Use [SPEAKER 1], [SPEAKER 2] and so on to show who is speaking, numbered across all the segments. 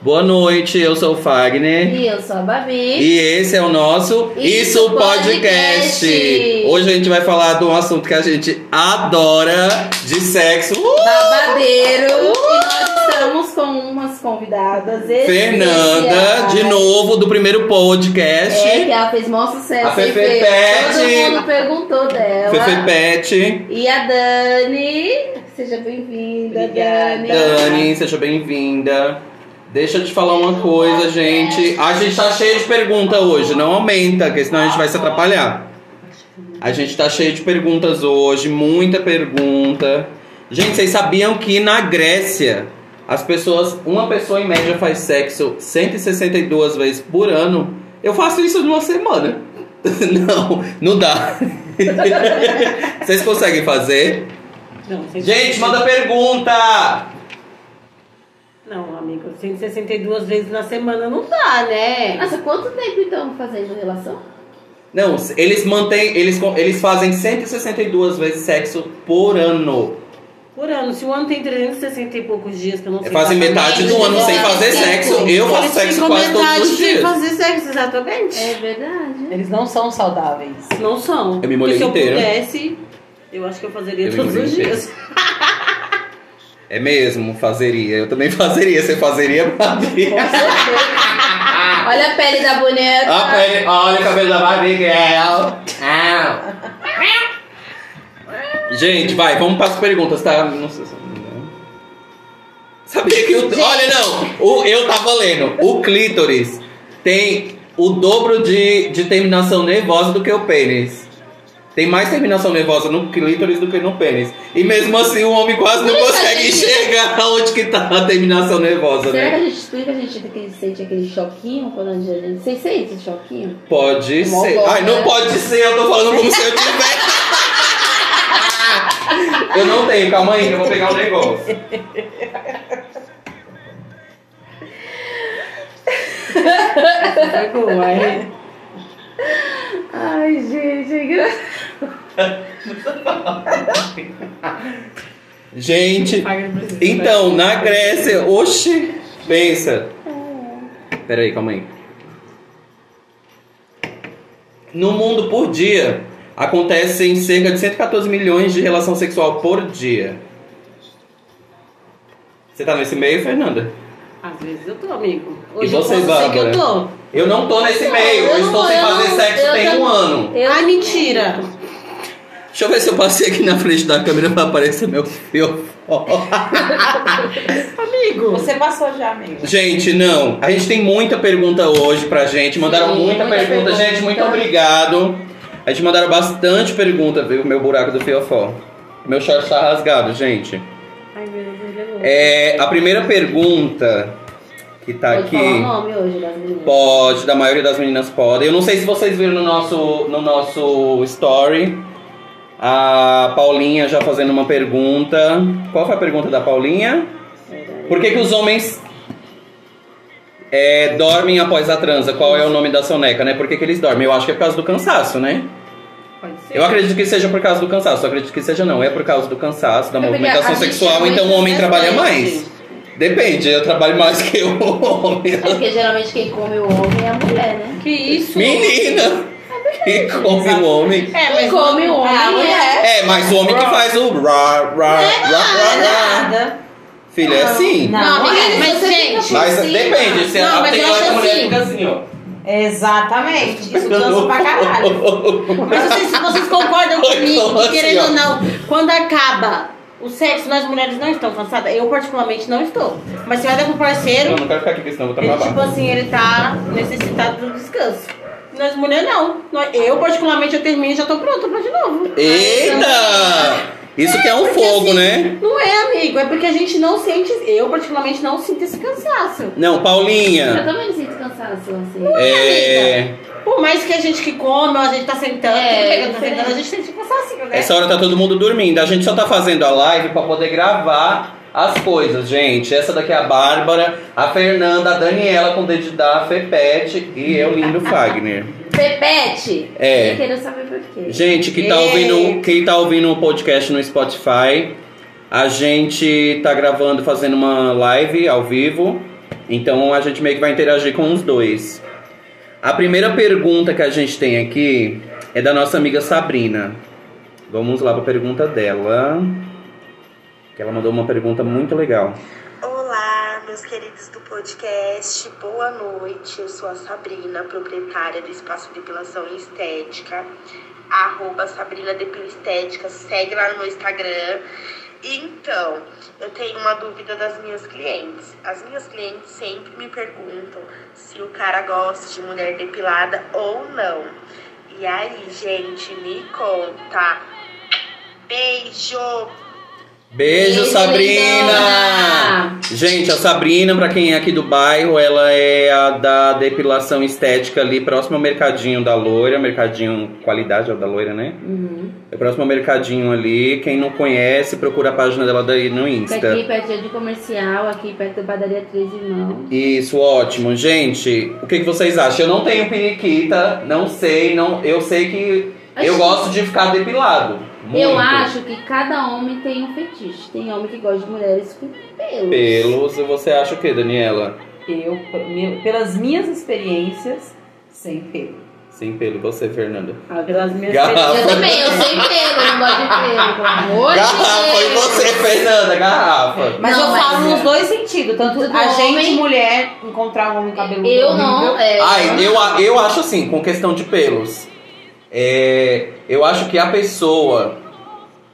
[SPEAKER 1] Boa noite, eu sou o Fagner.
[SPEAKER 2] E eu sou a Babi.
[SPEAKER 1] E esse é o nosso
[SPEAKER 2] Isso
[SPEAKER 1] Isso Podcast.
[SPEAKER 2] Podcast.
[SPEAKER 1] Hoje a gente vai falar de um assunto que a gente adora, de sexo. Uh!
[SPEAKER 2] Babadeiro. E nós estamos com umas convidadas.
[SPEAKER 1] Fernanda,
[SPEAKER 2] especiais.
[SPEAKER 1] de novo, do primeiro podcast.
[SPEAKER 2] É, que ela fez mó sucesso.
[SPEAKER 1] A Fefe
[SPEAKER 2] hein, Fê?
[SPEAKER 1] Pet.
[SPEAKER 2] Todo mundo perguntou dela.
[SPEAKER 1] Fefe Pet.
[SPEAKER 2] E a Dani. Seja bem-vinda,
[SPEAKER 3] Obrigada.
[SPEAKER 2] Dani.
[SPEAKER 1] Dani, seja bem-vinda. Deixa eu te falar uma coisa, gente. A gente tá cheio de pergunta hoje, não aumenta, porque senão a gente vai se atrapalhar. A gente tá cheio de perguntas hoje, muita pergunta. Gente, vocês sabiam que na Grécia as pessoas, uma pessoa em média faz sexo 162 vezes por ano? Eu faço isso numa semana. Não, não dá. Vocês conseguem fazer?
[SPEAKER 3] Não, cento-
[SPEAKER 1] Gente, manda pergunta!
[SPEAKER 3] Não, amigo, 162 vezes na semana não dá, né?
[SPEAKER 2] Nossa, quanto tempo então fazendo relação?
[SPEAKER 1] Não, eles mantêm, eles, co- eles fazem 162 vezes sexo por ano.
[SPEAKER 3] Por ano, se o ano tem 360 e poucos dias que eu não sei.
[SPEAKER 1] Fazem É
[SPEAKER 3] exatamente,
[SPEAKER 1] metade do ano sem fazer sexo. Eu faço
[SPEAKER 3] eles
[SPEAKER 1] sexo
[SPEAKER 3] ficam
[SPEAKER 1] quase todos
[SPEAKER 3] metade
[SPEAKER 1] os
[SPEAKER 3] sem
[SPEAKER 1] dias.
[SPEAKER 3] fazer sexo, exatamente.
[SPEAKER 2] É verdade.
[SPEAKER 4] Eles não são saudáveis.
[SPEAKER 3] Não são.
[SPEAKER 1] Eu me molhei
[SPEAKER 3] Porque se
[SPEAKER 1] inteira.
[SPEAKER 3] eu pudesse, eu acho que eu fazeria
[SPEAKER 1] Eu me
[SPEAKER 3] todos
[SPEAKER 1] molhei
[SPEAKER 3] os
[SPEAKER 1] inteira.
[SPEAKER 3] dias.
[SPEAKER 1] É mesmo, fazeria. Eu também fazeria. Você fazeria, Babi?
[SPEAKER 2] Olha a pele da boneca.
[SPEAKER 1] A pele- Olha o cabelo da Babi, que é ela. Ah. Gente, vai, vamos para as perguntas, tá? Não sei se... Sabia que o. Olha, não! O, eu tava lendo. O clítoris tem o dobro de, de terminação nervosa do que o pênis. Tem mais terminação nervosa no clítoris do que no pênis. E mesmo assim o homem quase não
[SPEAKER 2] Por isso a
[SPEAKER 1] consegue
[SPEAKER 2] gente-
[SPEAKER 1] enxergar onde que tá a terminação nervosa,
[SPEAKER 2] Será que
[SPEAKER 1] né?
[SPEAKER 2] a gente explica a gente que sente aquele choquinho quando a gente. Vocês sentem esse choquinho?
[SPEAKER 1] Pode
[SPEAKER 2] Mó
[SPEAKER 1] ser.
[SPEAKER 2] bom,
[SPEAKER 1] Ai, não
[SPEAKER 2] né?
[SPEAKER 1] pode ser, eu tô falando como se eu tivesse. eu não tenho, calma aí, que eu vou pegar um negócio.
[SPEAKER 3] Foi boa, é.
[SPEAKER 2] Ai, gente, é engraçado.
[SPEAKER 1] Gente,
[SPEAKER 3] Paga pra
[SPEAKER 2] né?
[SPEAKER 3] você.
[SPEAKER 1] então, na Grécia, oxe, pensa. Peraí, calma aí. No mundo por dia, acontecem cerca de 114 milhões de relação sexual por dia. Você tá nesse meio, Fernanda?
[SPEAKER 3] Às vezes eu tô, amigo. Hoje
[SPEAKER 1] você,
[SPEAKER 3] eu posso ser que
[SPEAKER 1] Bárbara?
[SPEAKER 3] eu tô.
[SPEAKER 1] Eu não tô nesse meio, eu,
[SPEAKER 2] eu
[SPEAKER 1] estou
[SPEAKER 2] não-
[SPEAKER 1] sem
[SPEAKER 2] eu
[SPEAKER 1] fazer
[SPEAKER 2] não-
[SPEAKER 1] sexo
[SPEAKER 2] eu
[SPEAKER 1] tem um
[SPEAKER 2] também-
[SPEAKER 1] ano.
[SPEAKER 2] Eu-
[SPEAKER 3] Ai, Ah, mentira!
[SPEAKER 1] Deixa eu ver se eu passei aqui na frente da câmera pra aparecer meu fio.
[SPEAKER 3] Amigo!
[SPEAKER 4] Você passou já, amigo.
[SPEAKER 1] Gente, não. A gente tem muita pergunta hoje pra gente. Mandaram
[SPEAKER 2] Sim,
[SPEAKER 1] muita,
[SPEAKER 2] muita
[SPEAKER 1] pergunta.
[SPEAKER 2] pergunta.
[SPEAKER 1] Gente, muito obrigado. A gente mandaram bastante pergunta, viu? Meu buraco do fiofó. Meu short tá rasgado, gente.
[SPEAKER 3] Ai, meu Deus, ele é louco.
[SPEAKER 1] É, a primeira pergunta que tá
[SPEAKER 2] Pode
[SPEAKER 1] aqui...
[SPEAKER 2] falar o nome hoje das meninas.
[SPEAKER 1] Pode, da maioria das meninas podem. Eu não sei se vocês viram no nosso, no nosso story. A Paulinha já fazendo uma pergunta. Qual foi a pergunta da Paulinha? Por que, que os homens é, dormem após a transa? Qual é o nome da soneca, né? Por que, que eles dormem? Eu acho que é por causa do cansaço, né?
[SPEAKER 3] Pode ser.
[SPEAKER 1] Eu acredito que seja por causa do cansaço. Eu acredito que seja não. É por causa do cansaço, da
[SPEAKER 2] É porque
[SPEAKER 1] movimentação
[SPEAKER 2] a gente
[SPEAKER 1] sexual.
[SPEAKER 2] é
[SPEAKER 1] Então o
[SPEAKER 2] muito
[SPEAKER 1] homem trabalha mais.
[SPEAKER 2] desgastante.
[SPEAKER 1] Depende, eu trabalho mais que o homem.
[SPEAKER 2] É porque geralmente quem come o homem é a mulher, né?
[SPEAKER 3] Que isso?
[SPEAKER 1] Menina! Que come o homem.
[SPEAKER 3] É,
[SPEAKER 2] Quem come o homem é a mulher.
[SPEAKER 1] É, mas o homem que faz o rá, rá, rá, rá, rá.
[SPEAKER 3] Nada.
[SPEAKER 1] Filha, é assim.
[SPEAKER 4] Não,
[SPEAKER 2] amiga,
[SPEAKER 3] é. amiga, mas,
[SPEAKER 2] você
[SPEAKER 3] gente,
[SPEAKER 2] fica por
[SPEAKER 1] Mas
[SPEAKER 2] cima.
[SPEAKER 1] depende, se
[SPEAKER 3] Não,
[SPEAKER 1] ela
[SPEAKER 3] mas
[SPEAKER 1] tem
[SPEAKER 3] eu
[SPEAKER 1] hora
[SPEAKER 3] acho
[SPEAKER 1] que a mulher
[SPEAKER 3] assim.
[SPEAKER 1] fica assim, ó.
[SPEAKER 4] Exatamente. Isso cansa pra caralho.
[SPEAKER 1] caralho.
[SPEAKER 3] Mas vocês, vocês concordam
[SPEAKER 1] Oi,
[SPEAKER 3] comigo
[SPEAKER 1] como
[SPEAKER 3] que, querendo
[SPEAKER 1] assim, ó?
[SPEAKER 3] ou não, quando acaba o sexo, nós mulheres não estamos cansadas? Eu, particularmente, não estou. Mas se olha pro parceiro,
[SPEAKER 1] Eu não quero ficar aqui, porque senão eu vou
[SPEAKER 3] ele, tipo
[SPEAKER 1] trabalhar.
[SPEAKER 3] assim, ele tá necessitado do descanso. Nós mulheres não. Nós- Eu, particularmente, eu termino e já tô pronta pra de novo.
[SPEAKER 1] Eita! Isso que é um
[SPEAKER 3] Porque,
[SPEAKER 1] fogo,
[SPEAKER 3] assim,
[SPEAKER 1] né?
[SPEAKER 3] Não é, amigo. É porque a gente não sente. Eu, particularmente, não sinto esse cansaço.
[SPEAKER 1] Não,
[SPEAKER 2] Eu
[SPEAKER 1] Paulinha.
[SPEAKER 2] também me sinto cansaço assim.
[SPEAKER 1] É.
[SPEAKER 3] Por mais que a gente que come, ou a gente tá sentando,
[SPEAKER 2] É,
[SPEAKER 3] tudo bem que eu tô
[SPEAKER 2] diferente.
[SPEAKER 3] sentando, a gente sente cansacinho, né?
[SPEAKER 1] Essa hora tá todo mundo dormindo. A gente só tá fazendo a live pra poder gravar as coisas, gente. Essa daqui é a Bárbara, a Fernanda, a Daniela com o dedo da Fepete e eu, lindo Fagner.
[SPEAKER 2] Pepete!
[SPEAKER 1] É.
[SPEAKER 2] Eu quero saber por quê.
[SPEAKER 1] Gente, que tá
[SPEAKER 3] Ei.
[SPEAKER 1] ouvindo, quem tá ouvindo o podcast no Spotify, a gente tá gravando, fazendo uma live ao vivo. Então a gente meio que vai interagir com os dois. A primeira pergunta que a gente tem aqui é da nossa amiga Sabrina. Vamos lá para a pergunta dela. Que ela mandou uma pergunta muito legal.
[SPEAKER 5] Olá, meus queridos do podcast, boa noite. Eu sou a Sabrina, proprietária do Espaço Depilação e Estética, arroba Sabrina Depila Estética, segue lá no meu Instagram. Então, eu tenho uma dúvida das minhas clientes. As minhas clientes sempre me perguntam se o cara gosta de mulher depilada ou não. E aí, gente, me conta. Beijo!
[SPEAKER 1] Beijo,
[SPEAKER 2] Beijo,
[SPEAKER 1] Sabrina!
[SPEAKER 2] lindona!
[SPEAKER 1] Gente, a Sabrina, pra quem é aqui do bairro, ela é a da depilação estética ali, próximo ao mercadinho da loira, mercadinho qualidade é o da loira, né?
[SPEAKER 2] Uhum.
[SPEAKER 1] É próximo ao mercadinho ali. Quem não conhece, procura a página dela daí no Insta.
[SPEAKER 2] Aqui perto de comercial, aqui perto da padaria Três Irmãos.
[SPEAKER 1] Isso, ótimo. Gente, o que, que vocês acham? Eu não tenho periquita, não sei, não. Eu sei que eu
[SPEAKER 2] Acho-
[SPEAKER 1] gosto de ficar depilado. Muito.
[SPEAKER 2] Eu acho que cada homem tem um fetiche. Tem homem que gosta de mulheres com pelo.
[SPEAKER 1] Pelos, você acha o que, Daniela?
[SPEAKER 4] Eu, meu- pelas minhas experiências, sem pelo.
[SPEAKER 1] Sem pelo, você, Fernanda.
[SPEAKER 4] Ah, pelas minhas
[SPEAKER 1] Garrafa.
[SPEAKER 2] Eu
[SPEAKER 4] experiências.
[SPEAKER 2] também, eu sei pelo, eu não gosto de pelo, pelo amor
[SPEAKER 1] garrafa, e
[SPEAKER 2] de Deus.
[SPEAKER 1] Ah, você, Fernanda, garrafa.
[SPEAKER 4] Mas
[SPEAKER 2] Não,
[SPEAKER 4] eu falo
[SPEAKER 2] mas-
[SPEAKER 4] nos dois sentidos, tanto
[SPEAKER 2] Do
[SPEAKER 4] a gente,
[SPEAKER 2] homem-
[SPEAKER 4] mulher, encontrar um homem cabeludo.
[SPEAKER 2] Eu
[SPEAKER 4] horrível.
[SPEAKER 2] não, é.
[SPEAKER 1] Ai, eu, a- eu acho assim, com questão de pelos. é, eu acho que a pessoa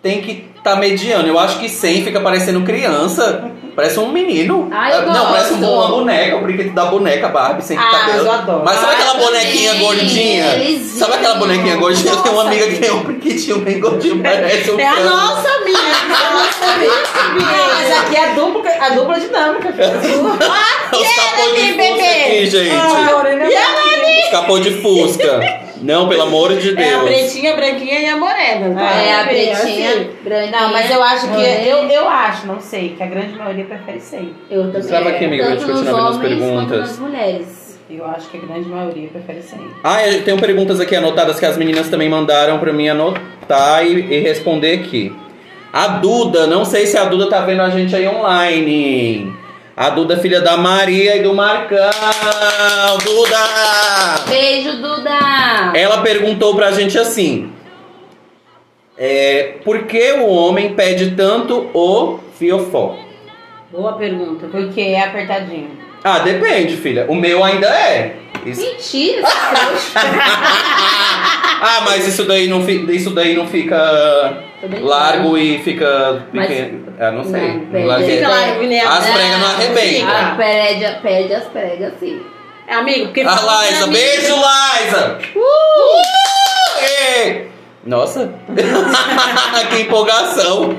[SPEAKER 1] tem que tá mediano. Eu acho que 100 fica parecendo criança. Parece um menino.
[SPEAKER 2] Ai, eu
[SPEAKER 1] Ah, Não,
[SPEAKER 2] gosto.
[SPEAKER 1] parece uma boneca, o brinquedo da boneca Barbie sem
[SPEAKER 4] Ah, mas
[SPEAKER 1] cabelo.
[SPEAKER 4] eu adoro.
[SPEAKER 1] Mas sabe
[SPEAKER 2] Ai,
[SPEAKER 1] aquela
[SPEAKER 2] também,
[SPEAKER 1] bonequinha gordinha?
[SPEAKER 2] eles
[SPEAKER 1] Sabe aquela
[SPEAKER 2] viram.
[SPEAKER 1] bonequinha gordinha? Eu tenho uma
[SPEAKER 4] Nossa,
[SPEAKER 1] amiga que tem um brinquedinho bem gordinho, parece um
[SPEAKER 3] É a
[SPEAKER 1] cão.
[SPEAKER 3] nossa, amiga. É a nossa,
[SPEAKER 4] Ah,
[SPEAKER 3] amiga.
[SPEAKER 4] mas aqui é a dupla, a dupla dinâmica.
[SPEAKER 1] É.
[SPEAKER 4] assim. filho.
[SPEAKER 1] Os capô de
[SPEAKER 3] minha
[SPEAKER 1] fusca
[SPEAKER 3] bebê?
[SPEAKER 1] aqui, gente.
[SPEAKER 4] Ah, Lorena,
[SPEAKER 2] é
[SPEAKER 1] Os capô de fusca. Não, pelo amor de
[SPEAKER 3] É a
[SPEAKER 1] Deus.
[SPEAKER 3] pretinha, a branquinha e a morena.
[SPEAKER 4] né?
[SPEAKER 3] tá?
[SPEAKER 2] É a
[SPEAKER 3] Bem,
[SPEAKER 2] pretinha
[SPEAKER 3] assim.
[SPEAKER 2] grande.
[SPEAKER 4] Não, mas eu acho que.
[SPEAKER 2] É.
[SPEAKER 4] Eu, eu acho, não sei, que a grande maioria prefere sem.
[SPEAKER 2] Eu também.
[SPEAKER 1] Estava aqui, amiga, pra gente
[SPEAKER 2] Tanto nos
[SPEAKER 1] continuar vendo as
[SPEAKER 2] homens quanto
[SPEAKER 1] perguntas.
[SPEAKER 2] nas mulheres.
[SPEAKER 4] Eu acho que a grande maioria prefere sem.
[SPEAKER 1] Ah, eu tenho perguntas aqui anotadas que as meninas também mandaram pra mim anotar e, e responder aqui. A Duda, não sei se a Duda tá vendo a gente aí online. A Duda, filha da Maria e do Marcão. Duda!
[SPEAKER 2] Beijo, Duda!
[SPEAKER 1] Ela perguntou pra gente assim: é, Por que o homem pede tanto o fiofó?
[SPEAKER 3] Boa pergunta.
[SPEAKER 4] Porque é apertadinho.
[SPEAKER 1] Ah, depende, filha. O meu ainda é. Isso-
[SPEAKER 2] Mentira! é
[SPEAKER 1] Ah, mas isso daí não, fi- isso daí não fica.
[SPEAKER 2] Tô brincando.
[SPEAKER 1] Largo e fica
[SPEAKER 2] Mas-
[SPEAKER 1] pequeno. Ah, não sei.
[SPEAKER 2] Não, perde.
[SPEAKER 1] Larguei.
[SPEAKER 3] Fica lá, Guilherme.
[SPEAKER 1] As pregas não
[SPEAKER 3] Fica. É,
[SPEAKER 1] arrebentam.
[SPEAKER 2] Ah, perde, perde as pregas, sim.
[SPEAKER 3] Amigo, porque
[SPEAKER 1] A
[SPEAKER 3] fala pra
[SPEAKER 1] Ah, Laísa,
[SPEAKER 3] mim. Uh!
[SPEAKER 1] beijo, Laísa! Ê! Nossa! que empolgação!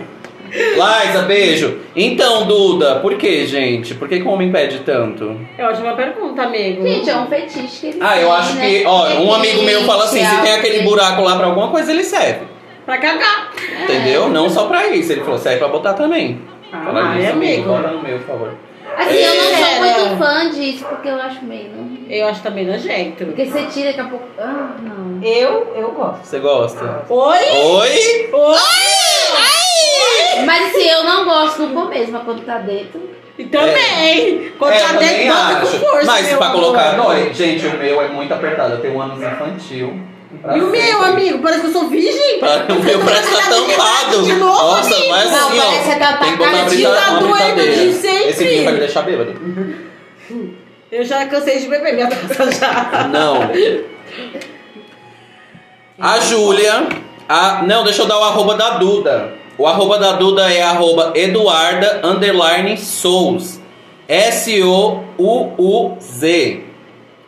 [SPEAKER 1] Laísa, beijo! Então, Duda, por que, gente? Por que, que o homem pede tanto?
[SPEAKER 3] É ótima pergunta, amigo.
[SPEAKER 2] Gente,
[SPEAKER 4] então.
[SPEAKER 2] é um fetiche que eles
[SPEAKER 1] Ah, eu
[SPEAKER 2] têm,
[SPEAKER 1] acho
[SPEAKER 2] né?
[SPEAKER 1] que,
[SPEAKER 3] é
[SPEAKER 1] ó, um
[SPEAKER 2] Fetiche,
[SPEAKER 1] amigo meu fala assim: se tem
[SPEAKER 2] algo
[SPEAKER 1] aquele
[SPEAKER 2] que-
[SPEAKER 1] buraco lá pra alguma coisa, ele serve.
[SPEAKER 3] Pra cagar.
[SPEAKER 1] Entendeu? Não só pra isso. Ele falou: serve pra botar também. Fala
[SPEAKER 3] Ai,
[SPEAKER 1] disso, amigo.
[SPEAKER 3] Ah, é amigo.
[SPEAKER 1] Bota no meu, por favor.
[SPEAKER 2] Assim, eu não sou
[SPEAKER 3] É.
[SPEAKER 2] muito fã disso, porque eu acho meio. não-
[SPEAKER 3] Eu acho também nojento.
[SPEAKER 2] Porque você tira daqui a pouco. Ah, não.
[SPEAKER 4] Eu, eu gosto.
[SPEAKER 1] Você gosta?
[SPEAKER 3] Oi?
[SPEAKER 1] Oi?
[SPEAKER 3] Oi?
[SPEAKER 2] Mas assim, eu não gosto no começo, mas quando tá dentro.
[SPEAKER 3] E também. Quando
[SPEAKER 1] É,
[SPEAKER 3] tá
[SPEAKER 1] eu também
[SPEAKER 3] dentro, bota com
[SPEAKER 1] acho.
[SPEAKER 3] força.
[SPEAKER 1] Mas
[SPEAKER 3] meu
[SPEAKER 1] pra
[SPEAKER 3] amor.
[SPEAKER 1] colocar dói. Gente, o meu é muito apertado. Eu tenho um ânus infantil. Pra
[SPEAKER 3] E o
[SPEAKER 1] sempre.
[SPEAKER 3] meu, amigo? Parece que eu sou virgem.
[SPEAKER 1] Pra- O meu parece que tá tampado.
[SPEAKER 3] De novo,
[SPEAKER 1] Nossa, mas
[SPEAKER 2] Não,
[SPEAKER 1] assim,
[SPEAKER 2] parece que
[SPEAKER 1] ó.
[SPEAKER 2] tá
[SPEAKER 1] Tem que botar uma
[SPEAKER 3] atacadinho,
[SPEAKER 1] brita-
[SPEAKER 3] tá
[SPEAKER 1] uma
[SPEAKER 3] doendo de
[SPEAKER 1] britadeira.
[SPEAKER 3] sempre.
[SPEAKER 1] Esse vinho vai me deixar bêbado.
[SPEAKER 3] Eu já cansei de beber minha taça já.
[SPEAKER 1] Não. A Júlia. A... Não, deixa eu dar o arroba da Duda. O arroba da Duda é arroba Eduarda underline Souls. S-O-U-U-Z.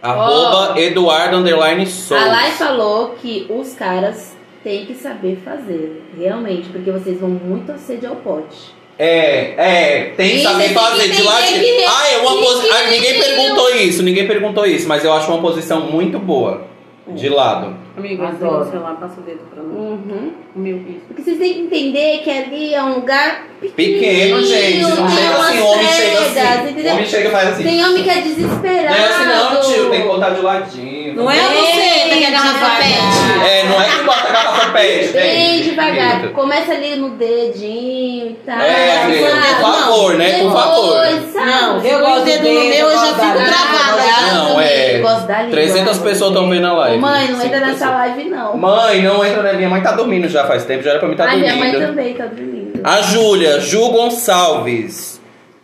[SPEAKER 1] Arroba
[SPEAKER 2] Oh.
[SPEAKER 1] Eduarda underline Souls.
[SPEAKER 2] A Lai falou que os caras têm que saber fazer, realmente, porque vocês vão muito a sede ao pote.
[SPEAKER 1] É, é, tem que
[SPEAKER 2] Isso,
[SPEAKER 1] saber
[SPEAKER 2] tem
[SPEAKER 1] fazer
[SPEAKER 2] que
[SPEAKER 1] de lá.
[SPEAKER 2] entender
[SPEAKER 1] de-
[SPEAKER 2] que-
[SPEAKER 1] Ah, é uma
[SPEAKER 2] que-
[SPEAKER 1] posição.
[SPEAKER 2] que- um-
[SPEAKER 1] ninguém perguntou isso, ninguém perguntou isso, mas eu acho uma posição muito boa. De lado.
[SPEAKER 3] Amigo, assim,
[SPEAKER 4] Adoro.
[SPEAKER 3] o celular, passa o dedo pra mim.
[SPEAKER 2] Uhum.
[SPEAKER 3] O meu isso.
[SPEAKER 2] Porque vocês têm que entender que ali é um lugar
[SPEAKER 1] Pequeno, gente. Não
[SPEAKER 2] tem
[SPEAKER 1] chega assim,
[SPEAKER 2] umas
[SPEAKER 1] homem chega
[SPEAKER 2] pregas,
[SPEAKER 1] assim.
[SPEAKER 2] entendeu?
[SPEAKER 1] Homem chega e faz assim.
[SPEAKER 2] Tem homem que é
[SPEAKER 1] Não é
[SPEAKER 2] desesperado.
[SPEAKER 1] assim, não, tio, tem que botar de ladinho.
[SPEAKER 3] Não é
[SPEAKER 2] Ei,
[SPEAKER 3] você, que a garrafa
[SPEAKER 2] devagar.
[SPEAKER 3] pede.
[SPEAKER 1] É, não é que bota a garrafa pede,
[SPEAKER 2] Bem devagar.
[SPEAKER 1] querido.
[SPEAKER 2] Começa ali no dedinho e tal.
[SPEAKER 1] É, amigo,
[SPEAKER 2] sabe?
[SPEAKER 1] por favor, né? Por
[SPEAKER 2] Depois,
[SPEAKER 1] favor.
[SPEAKER 2] sabe?
[SPEAKER 3] Não,
[SPEAKER 4] Eu
[SPEAKER 3] Com
[SPEAKER 4] gosto
[SPEAKER 3] o dedo
[SPEAKER 4] do
[SPEAKER 3] no
[SPEAKER 4] dedo,
[SPEAKER 3] meu, eu já
[SPEAKER 4] gosto da
[SPEAKER 3] fico
[SPEAKER 4] língua,
[SPEAKER 3] travada.
[SPEAKER 4] gosto da-
[SPEAKER 1] Não, é. 300 pessoas estão vendo a live.
[SPEAKER 2] Mãe, não
[SPEAKER 1] Cinco
[SPEAKER 2] entra nessa
[SPEAKER 1] pessoas.
[SPEAKER 2] live, não.
[SPEAKER 1] Mãe, não entra na minha mãe, tá dormindo já faz tempo, já era pra mim estar
[SPEAKER 2] Ai, minha
[SPEAKER 1] dormindo.
[SPEAKER 2] mãe também tá dormindo.
[SPEAKER 1] A Júlia, Ju Gonçalves.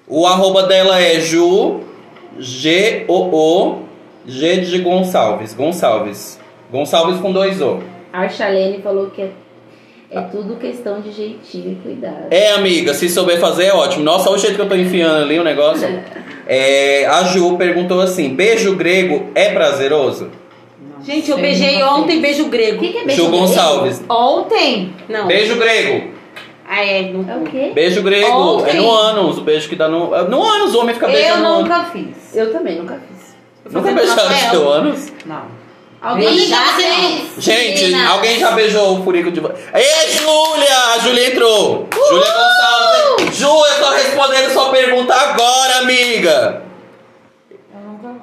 [SPEAKER 1] O arroba dela é Ju G O O G de Gonçalves, Gonçalves. Gonçalves com dois O.
[SPEAKER 2] A Archalene falou que é, é tudo questão de jeitinho e cuidado.
[SPEAKER 1] É, amiga, se souber fazer é ótimo. Nossa, olha o jeito que eu tô enfiando ali o negócio. É, a Ju perguntou assim: beijo grego é prazeroso?
[SPEAKER 4] Não
[SPEAKER 3] Gente, eu
[SPEAKER 4] sei,
[SPEAKER 3] beijei
[SPEAKER 4] nunca
[SPEAKER 3] ontem beijo
[SPEAKER 2] O
[SPEAKER 3] grego.
[SPEAKER 2] que, que é beijo
[SPEAKER 1] Ju
[SPEAKER 2] grego?
[SPEAKER 1] Gonçalves.
[SPEAKER 4] fiz. Ontem?
[SPEAKER 3] Não.
[SPEAKER 1] Beijo grego.
[SPEAKER 3] Ah, é. Não
[SPEAKER 2] É o quê?
[SPEAKER 1] Beijo grego.
[SPEAKER 4] Ontem.
[SPEAKER 1] É no ânus, o beijo que dá no. No ânus, o homem fica
[SPEAKER 4] eu
[SPEAKER 1] beijando no ânus.
[SPEAKER 4] nunca fiz.
[SPEAKER 2] Eu também nunca fiz.
[SPEAKER 3] Eu
[SPEAKER 1] Nunca
[SPEAKER 3] fazendo
[SPEAKER 1] beijaram
[SPEAKER 3] Rafael.
[SPEAKER 1] seu ânus?
[SPEAKER 4] Não.
[SPEAKER 2] Alguém
[SPEAKER 3] Beijo
[SPEAKER 2] já
[SPEAKER 3] grego.
[SPEAKER 2] fez?
[SPEAKER 1] Gente,
[SPEAKER 2] Meninas.
[SPEAKER 1] alguém já beijou o furico de vocês? Ê, Júlia! A Júlia entrou! Júlia Gonçalves! Ju, eu tô respondendo sua pergunta agora, amiga!
[SPEAKER 4] Eu nunca.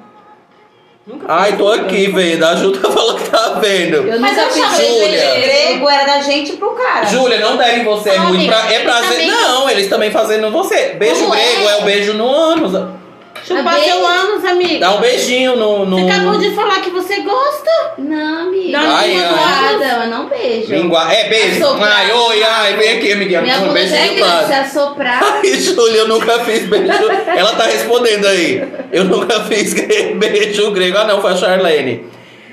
[SPEAKER 3] Nunca
[SPEAKER 1] Ai, tô aqui, vendo. A Ju tá falando que tá vendo.
[SPEAKER 2] Eu
[SPEAKER 3] Mas
[SPEAKER 2] nunca
[SPEAKER 3] eu
[SPEAKER 2] fiz.
[SPEAKER 3] chamei
[SPEAKER 1] Júlia.
[SPEAKER 4] O grego
[SPEAKER 3] é
[SPEAKER 4] era da gente pro cara.
[SPEAKER 1] Júlia, não deve em você, é
[SPEAKER 3] Ah,
[SPEAKER 1] muito
[SPEAKER 3] amiga,
[SPEAKER 1] pra... É
[SPEAKER 3] eles
[SPEAKER 1] prazer.
[SPEAKER 3] também-
[SPEAKER 1] Não, eles também fazendo em você. Beijo
[SPEAKER 3] Como
[SPEAKER 1] grego é
[SPEAKER 3] é?
[SPEAKER 1] o beijo no ânus.
[SPEAKER 3] Chupar
[SPEAKER 2] Tá
[SPEAKER 3] seu
[SPEAKER 2] bem?
[SPEAKER 3] ânus, amiga.
[SPEAKER 1] Dá um beijinho no. no...
[SPEAKER 3] Você acabou de falar que você gosta.
[SPEAKER 2] Não, amiga.
[SPEAKER 3] Dá
[SPEAKER 1] uma Ai,
[SPEAKER 2] linguada, mas não beijo.
[SPEAKER 1] Língua. É, beijo.
[SPEAKER 2] Assoprar.
[SPEAKER 1] Ai, oi, ai, vem aqui, amiguinha.
[SPEAKER 2] Minha
[SPEAKER 1] Um
[SPEAKER 2] bunda já é
[SPEAKER 1] beijinho
[SPEAKER 2] grande, se
[SPEAKER 1] pra.
[SPEAKER 2] assoprar.
[SPEAKER 1] Ai, Júlia, eu nunca fiz beijo. Ela tá respondendo aí. Eu nunca fiz gre- beijo grego. Ah, não, foi a Charlene.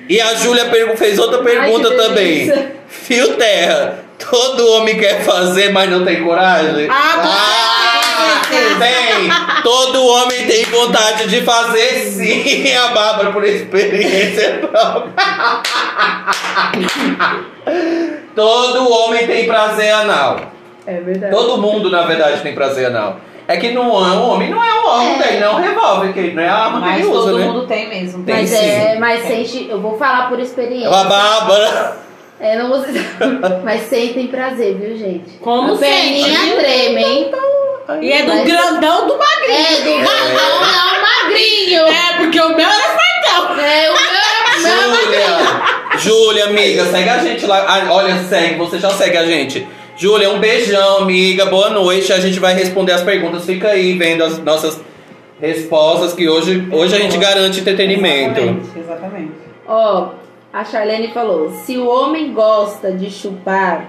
[SPEAKER 1] E a Júlia pergu- fez outra pergunta
[SPEAKER 2] que
[SPEAKER 1] também.
[SPEAKER 2] delícia.
[SPEAKER 1] Fio Terra, todo homem quer fazer, mas não tem coragem?
[SPEAKER 3] Ah, com certeza.
[SPEAKER 1] tem! Todo homem tem vontade de fazer sim, a Bárbara, por experiência própria. Todo homem tem prazer anal.
[SPEAKER 2] É verdade.
[SPEAKER 1] Todo mundo, na verdade, tem prazer anal. É que não é um homem, não é um homem, ele não é um revólver, que ele não é a arma que
[SPEAKER 4] Mas
[SPEAKER 1] ele usa,
[SPEAKER 4] todo
[SPEAKER 1] né?
[SPEAKER 4] mundo tem mesmo.
[SPEAKER 1] Tem
[SPEAKER 2] mas
[SPEAKER 1] sim.
[SPEAKER 2] é, mas sente, eu vou falar por
[SPEAKER 1] É
[SPEAKER 2] experiência.
[SPEAKER 1] uma bárbara.
[SPEAKER 2] É, não vou Mas sentem prazer, viu, gente?
[SPEAKER 3] Como
[SPEAKER 2] a perninha
[SPEAKER 3] sente, viu?
[SPEAKER 2] treme, hein?
[SPEAKER 3] E é do
[SPEAKER 2] Mas-
[SPEAKER 3] grandão do magrinho.
[SPEAKER 2] É, do grandão
[SPEAKER 3] Ah,
[SPEAKER 2] é o magrinho.
[SPEAKER 3] É, porque o meu era fracão.
[SPEAKER 2] É, o meu, o
[SPEAKER 1] Júlia!
[SPEAKER 2] meu
[SPEAKER 1] Júlia, amiga, segue a gente lá. Ah, olha, segue, você já segue a gente. Júlia, um beijão, amiga. Boa noite. A gente vai responder as perguntas. Fica aí vendo as nossas respostas, que hoje, hoje a gente garante entretenimento.
[SPEAKER 4] Exatamente, exatamente.
[SPEAKER 2] Ó, a Charlene falou: se o homem gosta de chupar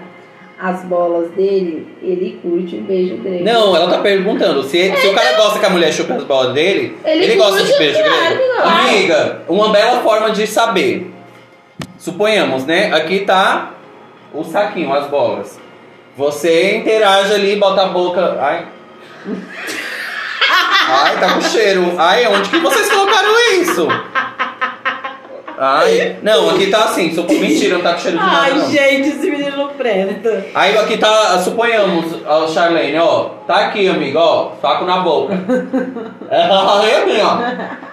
[SPEAKER 2] as bolas dele, ele curte um beijo grego.
[SPEAKER 1] Não, ela tá perguntando. Se, se o cara gosta que a mulher chupe as bolas dele,
[SPEAKER 2] Ele
[SPEAKER 1] ele, gosta
[SPEAKER 2] curte,
[SPEAKER 1] de beijo
[SPEAKER 2] claro
[SPEAKER 1] grego.
[SPEAKER 2] que gosta.
[SPEAKER 1] Amiga, uma bela forma de saber. Suponhamos, né? Aqui tá o saquinho, as bolas. Você interage ali, bota a boca. Ai. Ai, tá com cheiro. Ai, onde que vocês colocaram isso? Ai. Não, aqui tá assim. Supo... Mentira, não tá com cheiro de nada.
[SPEAKER 3] Ai,
[SPEAKER 1] não.
[SPEAKER 3] gente, esse menino não presta.
[SPEAKER 1] Aí aqui tá, suponhamos, ó, Charlene, ó, tá aqui, amigo, ó, saco na boca. Aí, assim, ó.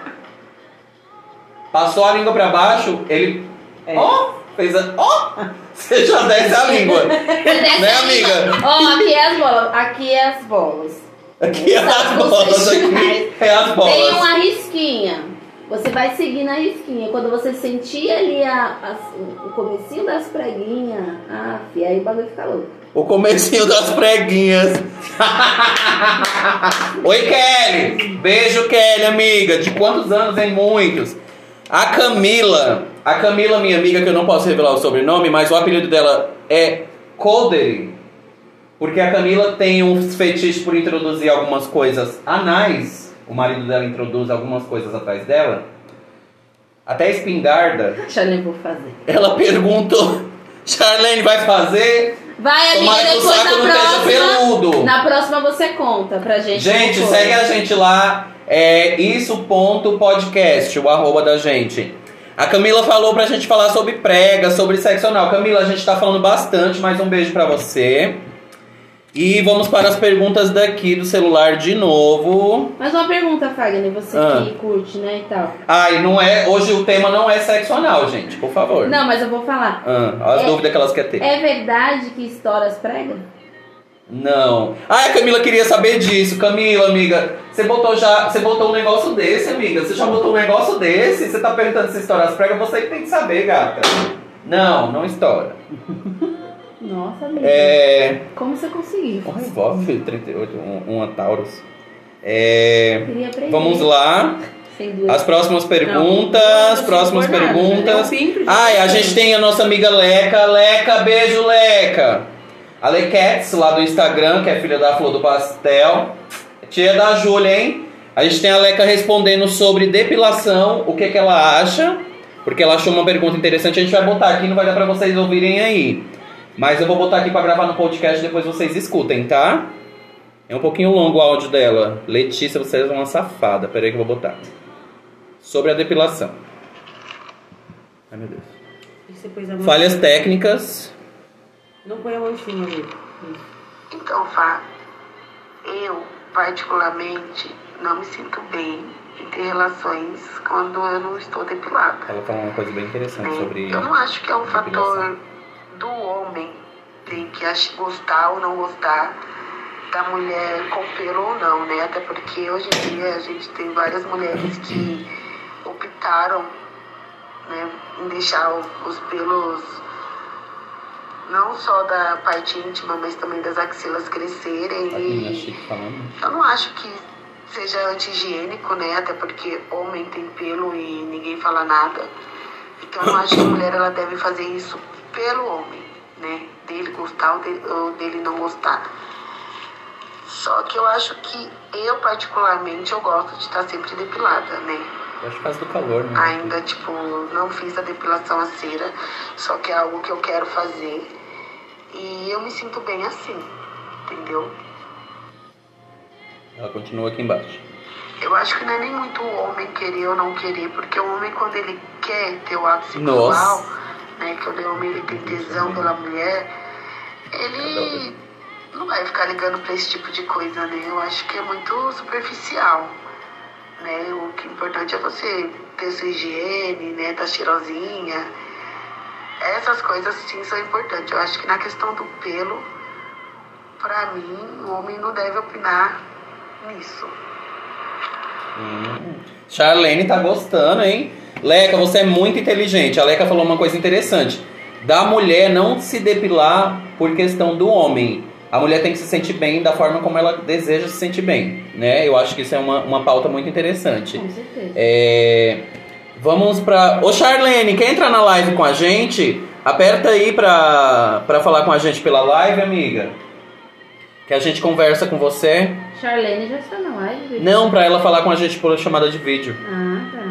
[SPEAKER 1] Passou a língua pra baixo, ele,
[SPEAKER 4] É.
[SPEAKER 1] ó, fez a, ó, você já desce a língua. né, amiga?
[SPEAKER 2] Ó, aqui é as bolas. Aqui é as bolas.
[SPEAKER 1] Aqui é as
[SPEAKER 2] Sabe,
[SPEAKER 1] bolas,
[SPEAKER 2] vocês
[SPEAKER 1] aqui é as
[SPEAKER 2] Tem
[SPEAKER 1] bolas.
[SPEAKER 2] uma risquinha. Você vai seguindo a risquinha. Quando você sentir ali a- as- o comecinho das preguinhas, ah, fi, aí o bagulho fica louco.
[SPEAKER 1] O comecinho das preguinhas. Oi, Kelly. Beijo, Kelly, amiga. De quantos anos, hein? Muitos. A Camila. A Camila, minha amiga, que eu não posso revelar o sobrenome, mas o apelido dela é Codery. Porque a Camila tem uns fetiches por introduzir algumas coisas anais. O marido dela introduz algumas coisas atrás dela. Até espingarda.
[SPEAKER 2] Já nem vou fazer.
[SPEAKER 1] Ela perguntou: Charlene vai fazer?
[SPEAKER 2] Vai, amiga,
[SPEAKER 1] Tomara que o
[SPEAKER 2] depois
[SPEAKER 1] saco
[SPEAKER 2] na
[SPEAKER 1] não esteja
[SPEAKER 2] próxima.
[SPEAKER 1] peludo.
[SPEAKER 2] Na próxima você conta pra gente.
[SPEAKER 1] Gente,
[SPEAKER 2] como foi.
[SPEAKER 1] segue a gente lá. É isso.podcast, o arroba da gente. A Camila falou pra gente falar sobre prega, sobre sexo anal. Camila, a gente tá falando bastante, mas um beijo pra você. E vamos para as perguntas daqui do celular de novo.
[SPEAKER 2] Mas uma pergunta, Fagner, você
[SPEAKER 1] Ah.
[SPEAKER 2] que curte, né, e tal.
[SPEAKER 1] Ai, não é. Hoje o tema não é sexo anal, gente, por favor.
[SPEAKER 2] Não, mas eu vou falar.
[SPEAKER 1] Ah, olha as
[SPEAKER 2] É-
[SPEAKER 1] dúvidas que elas querem ter.
[SPEAKER 2] É verdade que estoura as pregas?
[SPEAKER 1] Não. Ah, a Camila queria saber disso. Camila, amiga, você botou já. Você botou um negócio desse, amiga. Você já botou um negócio desse? Você tá perguntando se estoura as pregas, você que tem que saber, gata. Não, não estoura.
[SPEAKER 2] Nossa, amiga.
[SPEAKER 1] É.
[SPEAKER 2] Como você conseguiu?
[SPEAKER 1] Um revólver 38, um, uma Taurus. É.
[SPEAKER 2] Queria aprender.
[SPEAKER 1] Vamos lá.
[SPEAKER 2] Sem dúvida.
[SPEAKER 1] As próximas perguntas. próximas
[SPEAKER 3] né?
[SPEAKER 1] perguntas. Ai, a gente tem a nossa amiga Leca. Leca, beijo, Leca. A Lequets, lá do Instagram, que é filha da Flor do Pastel. Tia da Júlia, hein? A gente tem a Leca respondendo sobre depilação, o que, que ela acha. Porque ela achou uma pergunta interessante, a gente vai botar aqui, não vai dar pra vocês ouvirem aí. Mas eu vou botar aqui pra gravar no podcast, depois vocês escutem, tá? É um pouquinho longo o áudio dela. Letícia, você é uma safada. Peraí que eu vou botar. Sobre a depilação. Ai, meu Deus. Falhas técnicas.
[SPEAKER 3] é Não põe a mão em cima dele.
[SPEAKER 5] Então, Fá, eu particularmente não me sinto bem em ter relações quando eu não estou depilada.
[SPEAKER 1] Ela fala uma coisa bem interessante
[SPEAKER 5] né?
[SPEAKER 1] sobre.
[SPEAKER 5] Eu não acho que é um fator
[SPEAKER 1] depilação.
[SPEAKER 5] do homem tem que ach- gostar ou não gostar da mulher com pelo ou não, né? Até porque hoje em dia a gente tem várias mulheres que
[SPEAKER 1] Uhum.
[SPEAKER 5] optaram né, em deixar o- os pelos não só da parte íntima, mas também das axilas crescerem
[SPEAKER 1] A menina
[SPEAKER 5] e
[SPEAKER 1] chique falando.
[SPEAKER 5] eu não acho que seja anti-higiênico, né? Até porque homem tem pelo e ninguém fala nada. Então eu acho que a mulher ela deve fazer isso pelo homem, né? Dele gostar ou dele, ou dele não gostar. Só que eu acho que eu particularmente eu gosto de estar sempre depilada, né?
[SPEAKER 1] Eu acho que faz do calor, né?
[SPEAKER 5] Ainda, tipo, não fiz a depilação a cera, só que é algo que eu quero fazer. E eu me sinto bem assim, entendeu?
[SPEAKER 1] Ela continua aqui embaixo.
[SPEAKER 5] Eu acho que não é nem muito o homem querer ou não querer, porque o homem quando ele quer ter o ato sexual,
[SPEAKER 1] Nossa.
[SPEAKER 5] né? Que o homem ele tem tesão pela mulher, ele não vai ficar ligando pra esse tipo de coisa, né? Eu acho que é muito superficial. Né? O que é importante é você ter sua higiene, né? Tá cheirosinha. Essas coisas sim são importantes. Eu acho que na questão do pelo, pra mim, o homem não deve opinar nisso.
[SPEAKER 1] Hum. Charlene tá gostando, hein? Leca, você é muito inteligente. A Leca falou uma coisa interessante. Da mulher não se depilar por questão do homem. A mulher tem que se sentir bem da forma como ela deseja se sentir bem, né? Eu acho que isso é uma, uma pauta muito interessante.
[SPEAKER 2] Com certeza.
[SPEAKER 1] É, vamos pra. Ô Charlene, quer entrar na live com a gente? Aperta aí pra, pra falar com a gente pela live, amiga. Que a gente conversa com você.
[SPEAKER 2] Charlene já está na live?
[SPEAKER 1] Não, pra ela falar com a gente por chamada de vídeo.
[SPEAKER 2] Ah, tá.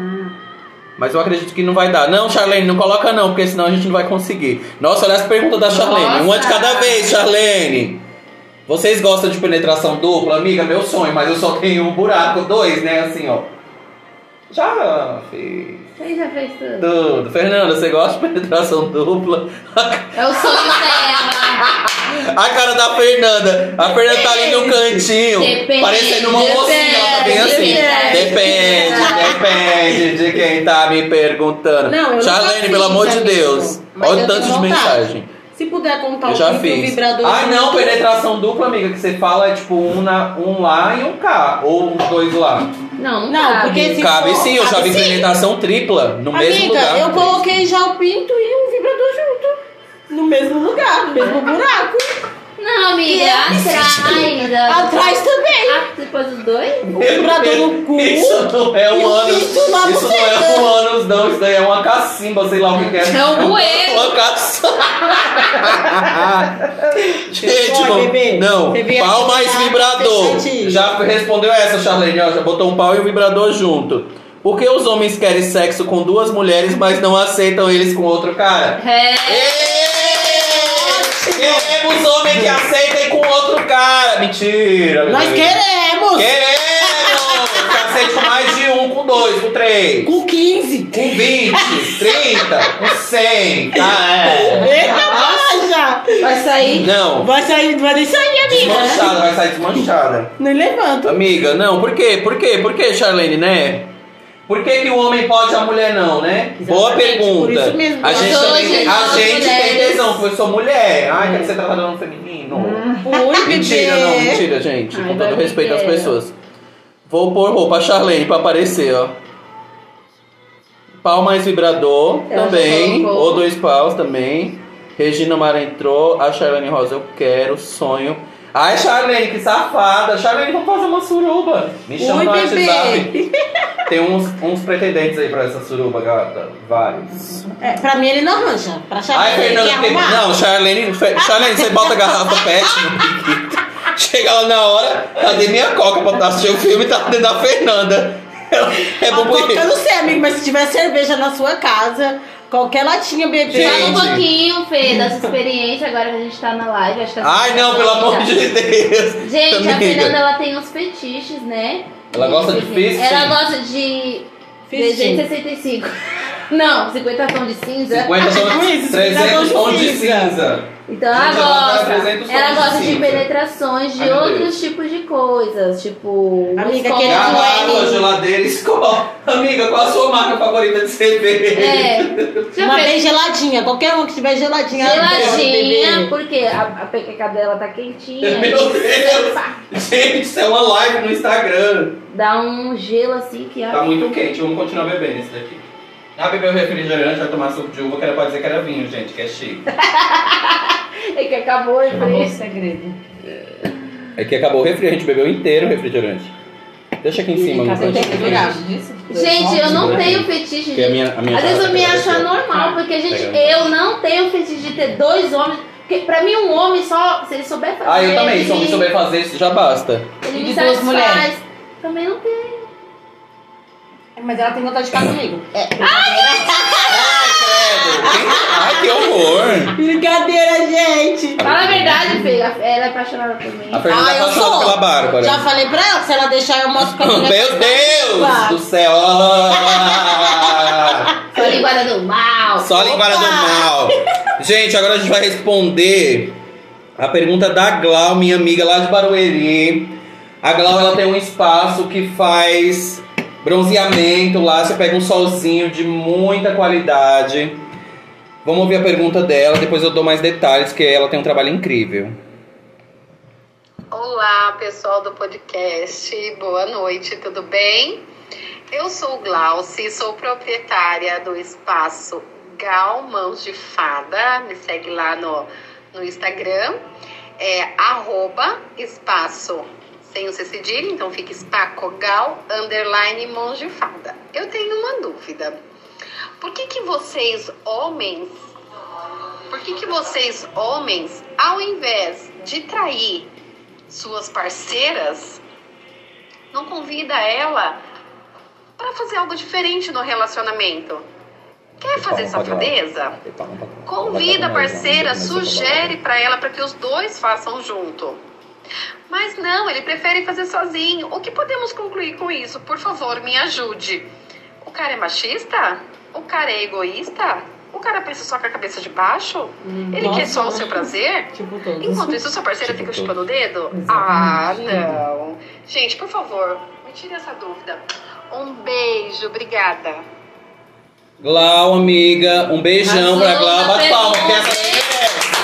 [SPEAKER 1] Mas eu acredito que não vai dar. Não, Charlene, não coloca não, porque senão a gente não vai conseguir. Nossa, olha as perguntas da Charlene. Uma de
[SPEAKER 2] Nossa!
[SPEAKER 1] cada vez, Charlene. Vocês gostam de penetração dupla? Amiga, meu sonho, mas eu só tenho um buraco, dois, né? Assim, ó. Já fiz
[SPEAKER 2] Quem já tá. fez tudo?
[SPEAKER 1] tudo. Fernanda, você gosta de penetração dupla?
[SPEAKER 2] É o sonho dela.
[SPEAKER 1] A cara da Fernanda. A Fernanda tá ali no cantinho,
[SPEAKER 2] Depende.
[SPEAKER 1] parecendo uma mocinha. Ela tá bem assim. Depende, depende de quem tá me perguntando.
[SPEAKER 3] Não, eu nunca
[SPEAKER 1] Charlene,
[SPEAKER 3] fiz,
[SPEAKER 1] pelo amor de
[SPEAKER 3] amigo.
[SPEAKER 1] Deus.
[SPEAKER 3] tipo, Mas
[SPEAKER 1] Olha
[SPEAKER 3] eu
[SPEAKER 1] o tanto
[SPEAKER 3] tenho
[SPEAKER 1] de
[SPEAKER 3] vontade.
[SPEAKER 1] mensagem.
[SPEAKER 3] Se puder contar
[SPEAKER 1] Eu
[SPEAKER 3] o
[SPEAKER 1] já
[SPEAKER 3] vídeo do
[SPEAKER 1] fiz.
[SPEAKER 3] vibrador. é
[SPEAKER 1] Ah, não,
[SPEAKER 3] muito-
[SPEAKER 1] penetração dupla, amiga, que você fala é tipo um, na, um lá e um cá. Ou uns dois lá. Um
[SPEAKER 2] Não, não,
[SPEAKER 3] Não,
[SPEAKER 2] cabe.
[SPEAKER 3] porque se
[SPEAKER 1] Cabe
[SPEAKER 3] for-
[SPEAKER 1] sim, eu já
[SPEAKER 3] cabe
[SPEAKER 1] vi
[SPEAKER 3] sim.
[SPEAKER 1] penetração tripla no mesmo
[SPEAKER 3] Amiga,
[SPEAKER 1] lugar.
[SPEAKER 3] eu coloquei já o pinto e o vibrador junto. No mesmo lugar, no mesmo buraco.
[SPEAKER 2] Não, amiga,
[SPEAKER 3] E eu me
[SPEAKER 2] atrás. da-
[SPEAKER 3] Atrás também.
[SPEAKER 2] Ah, depois dos dois?
[SPEAKER 3] O vibrador no cu.
[SPEAKER 1] Isso não é
[SPEAKER 3] E
[SPEAKER 1] um
[SPEAKER 3] o
[SPEAKER 1] ânus.
[SPEAKER 3] pinto na
[SPEAKER 1] Isso não é
[SPEAKER 3] buceta.
[SPEAKER 1] um ânus, não. Isso daí é uma cacimba, sei lá o que que é.
[SPEAKER 2] É um bueiro.
[SPEAKER 1] Uma cacimba. Gente,
[SPEAKER 3] Foi, bebê.
[SPEAKER 1] não.
[SPEAKER 3] Bebê,
[SPEAKER 1] Não. Pau
[SPEAKER 3] aqui
[SPEAKER 1] mais
[SPEAKER 3] tá
[SPEAKER 1] vibrador.
[SPEAKER 3] bastante.
[SPEAKER 1] Já respondeu essa, Charlene. Ó, já botou um pau e um vibrador junto. Por que os homens querem sexo com duas mulheres, mas não aceitam eles com outro cara?
[SPEAKER 2] É.
[SPEAKER 1] Ê! Queremos homens que aceitem com outro cara. Mentira.
[SPEAKER 3] Nós
[SPEAKER 1] bebê.
[SPEAKER 3] queremos.
[SPEAKER 1] Queremos! Cacete com mais de um, com dois, com três, com
[SPEAKER 3] Com 15.
[SPEAKER 1] 20, 30, com 100. Ah, é.
[SPEAKER 3] Eita, baixa.
[SPEAKER 2] Vai sair.
[SPEAKER 1] Não,
[SPEAKER 3] Vai sair, vai nem sair, amiga.
[SPEAKER 1] desmanchada, vai sair desmanchada.
[SPEAKER 3] Não levanta.
[SPEAKER 1] Amiga, não, por quê? Por quê? Por quê, Charlene, né? Por que, que o homem pode e a mulher não, né?
[SPEAKER 3] Exatamente,
[SPEAKER 1] Boa pergunta.
[SPEAKER 3] por isso mesmo. Então,
[SPEAKER 1] A gente,
[SPEAKER 2] Hoje
[SPEAKER 1] também tem, a
[SPEAKER 2] nós
[SPEAKER 1] gente tem
[SPEAKER 2] mulheres-
[SPEAKER 1] tesão, porque eu sou mulher. Ai,
[SPEAKER 4] É.
[SPEAKER 1] quer ser tratada no um feminino.
[SPEAKER 3] Uhum. Fui,
[SPEAKER 1] Mentira,
[SPEAKER 3] bebê.
[SPEAKER 1] não, mentira, gente.
[SPEAKER 2] Ai,
[SPEAKER 1] com
[SPEAKER 2] vai
[SPEAKER 1] todo respeito às
[SPEAKER 2] beber.
[SPEAKER 1] pessoas. Vou pôr roupa Charlene pra aparecer, ó. Pau mais vibrador
[SPEAKER 2] Ela já
[SPEAKER 1] também.
[SPEAKER 2] colocou.
[SPEAKER 1] Ou dois paus também. Regina Mara entrou. A Charlene Rosa, eu quero, sonho. Ai, Charlene, que safada. Charlene, vamos fazer uma suruba. Me chama no
[SPEAKER 3] Ui,
[SPEAKER 1] WhatsApp.
[SPEAKER 3] bebê.
[SPEAKER 1] Tem uns, uns pretendentes aí pra essa suruba, gata. Vários.
[SPEAKER 3] É, pra mim ele não arranja. Pra chamar
[SPEAKER 1] Ai,
[SPEAKER 3] ele
[SPEAKER 1] Fernando,
[SPEAKER 3] quer
[SPEAKER 1] porque-
[SPEAKER 3] arrumar.
[SPEAKER 1] não, Charlene, Fe- Charlene, você bota a garrafa pet no biquíni. Chega lá na hora, cadê minha coca pra assistir o filme? Tá dentro da Fernanda. Ela- É
[SPEAKER 3] a
[SPEAKER 1] bom
[SPEAKER 3] coca, eu
[SPEAKER 1] porque...
[SPEAKER 3] não sei, Tá amigo, mas se tiver cerveja na sua casa, qualquer latinha, bebê.
[SPEAKER 1] Gente.
[SPEAKER 2] Fala um pouquinho, Fê, dessa experiência agora que a gente tá na live. Acho que tá
[SPEAKER 1] Ai, não, pelo amor de Deus.
[SPEAKER 2] Gente, a
[SPEAKER 1] Amiga.
[SPEAKER 2] Fernanda ela tem uns fetiches, né?
[SPEAKER 1] Ela gosta de fisting?
[SPEAKER 2] Ela gosta de 365. Não, 50 tons de cinza.
[SPEAKER 1] 50
[SPEAKER 3] Tipo
[SPEAKER 1] tons,
[SPEAKER 3] isso,
[SPEAKER 1] 300
[SPEAKER 3] 50
[SPEAKER 1] tons de
[SPEAKER 3] cinza.
[SPEAKER 1] cinza. é
[SPEAKER 2] Então ela
[SPEAKER 1] Gente, ela faz
[SPEAKER 2] gosta.
[SPEAKER 1] 300 tons
[SPEAKER 2] Ela
[SPEAKER 1] de
[SPEAKER 2] gosta de,
[SPEAKER 1] cinza.
[SPEAKER 2] penetrações de
[SPEAKER 1] Ai, meu
[SPEAKER 2] outros
[SPEAKER 1] Deus. Ah,
[SPEAKER 2] tipos de coisas. Tipo. escola.
[SPEAKER 3] Amiga, aquele Não
[SPEAKER 1] Garrafa,
[SPEAKER 3] é nenhum.
[SPEAKER 1] geladeira, escola. Amiga, qual a sua marca favorita de cerveja?
[SPEAKER 2] É. Já
[SPEAKER 3] Uma
[SPEAKER 2] fez
[SPEAKER 3] bem geladinha, qualquer uma que tiver geladinha. ela gosta de
[SPEAKER 2] Geladinha,
[SPEAKER 3] beber.
[SPEAKER 2] porque a, a pequeca dela tá quentinha.
[SPEAKER 1] Meu Deus.
[SPEAKER 2] Pá,
[SPEAKER 1] Gente, isso é uma live no Instagram.
[SPEAKER 2] Dá um gelo assim que
[SPEAKER 1] Tá
[SPEAKER 2] a.
[SPEAKER 1] muito quente, vamos continuar bebendo esse daqui. Ah, bebeu refrigerante, vai tomar suco de uva, que era pra dizer que era vinho, gente, que é chique.
[SPEAKER 2] É que acabou, eu
[SPEAKER 4] Acabou o
[SPEAKER 2] falei.
[SPEAKER 4] segredo.
[SPEAKER 1] É que acabou o refri, a gente bebeu inteiro o refrigerante. Deixa aqui em cima,
[SPEAKER 2] tá
[SPEAKER 4] Cadê
[SPEAKER 1] Lucas.
[SPEAKER 4] o
[SPEAKER 3] segurar.
[SPEAKER 4] segredo disso?
[SPEAKER 2] Gente, eu não
[SPEAKER 1] Né?
[SPEAKER 2] tenho fetiche
[SPEAKER 1] Que a
[SPEAKER 2] de.
[SPEAKER 1] minha, a minha tá
[SPEAKER 2] Às vezes eu me acho anormal,
[SPEAKER 4] Ah,
[SPEAKER 2] porque gente,
[SPEAKER 1] pega.
[SPEAKER 2] eu não tenho fetiche de ter dois homens. Porque pra mim, um homem só, se ele souber fazer.
[SPEAKER 1] Ah, eu também,
[SPEAKER 2] ele
[SPEAKER 1] se eu me
[SPEAKER 2] me-
[SPEAKER 1] souber fazer isso, já basta.
[SPEAKER 2] Ele
[SPEAKER 4] E
[SPEAKER 2] me
[SPEAKER 4] de duas
[SPEAKER 2] satisfaz.
[SPEAKER 4] mulheres?
[SPEAKER 2] Também não tenho.
[SPEAKER 3] Mas ela tem vontade de ficar comigo.
[SPEAKER 1] Ai, que horror!
[SPEAKER 3] Brincadeira, gente.
[SPEAKER 2] Fala a verdade, Fê. a- Ela é apaixonada por mim.
[SPEAKER 1] A Fernanda
[SPEAKER 3] Ah,
[SPEAKER 1] é
[SPEAKER 3] eu
[SPEAKER 1] apaixonada
[SPEAKER 3] sou.
[SPEAKER 1] pela Bárbara.
[SPEAKER 3] Já falei pra ela, se ela deixar eu mostro pra ela.
[SPEAKER 1] Meu Deus do céu!
[SPEAKER 2] Sou a linguada do mal.
[SPEAKER 1] Só a linguada do
[SPEAKER 3] Opa!
[SPEAKER 1] mal. Gente, agora a gente vai responder a pergunta da Glau, minha amiga lá de Barueri. A Glau, ela tem um espaço que faz bronzeamento lá. Você pega um solzinho de muita qualidade. Vamos ouvir a pergunta dela, depois eu dou mais detalhes, que ela tem um trabalho incrível.
[SPEAKER 5] Olá, pessoal do podcast. Boa noite, tudo bem? Eu sou Glauci, sou proprietária do espaço Gal Mãos de Fada. Me segue lá no, no Instagram, é arroba espaço sem o C cedilha, então fica espaco gal underline mãos de fada. Eu tenho uma dúvida. Por que que vocês, homens, por que que vocês, homens, ao invés de trair suas parceiras, não convida ela para fazer algo diferente no relacionamento. Quer fazer safadeza? Convida a parceira, sugere para ela para que os dois façam junto. Mas não, ele prefere fazer sozinho. O que podemos concluir com isso? Por favor, me ajude. O cara é machista? O cara é egoísta? O cara pensa só com a cabeça de baixo? Ele quer só o seu prazer?
[SPEAKER 3] Tipo todos.
[SPEAKER 5] Enquanto isso, sua parceira
[SPEAKER 1] Tipo
[SPEAKER 5] fica
[SPEAKER 1] todo.
[SPEAKER 5] chupando o dedo?
[SPEAKER 4] Exatamente.
[SPEAKER 5] Ah, não. Gente, por favor, me tire essa dúvida. Um beijo, obrigada.
[SPEAKER 1] Glau, amiga, um beijão
[SPEAKER 2] Arrasou
[SPEAKER 1] pra Glau.
[SPEAKER 2] na
[SPEAKER 1] Bate palma, porque
[SPEAKER 2] pergunta,
[SPEAKER 1] essa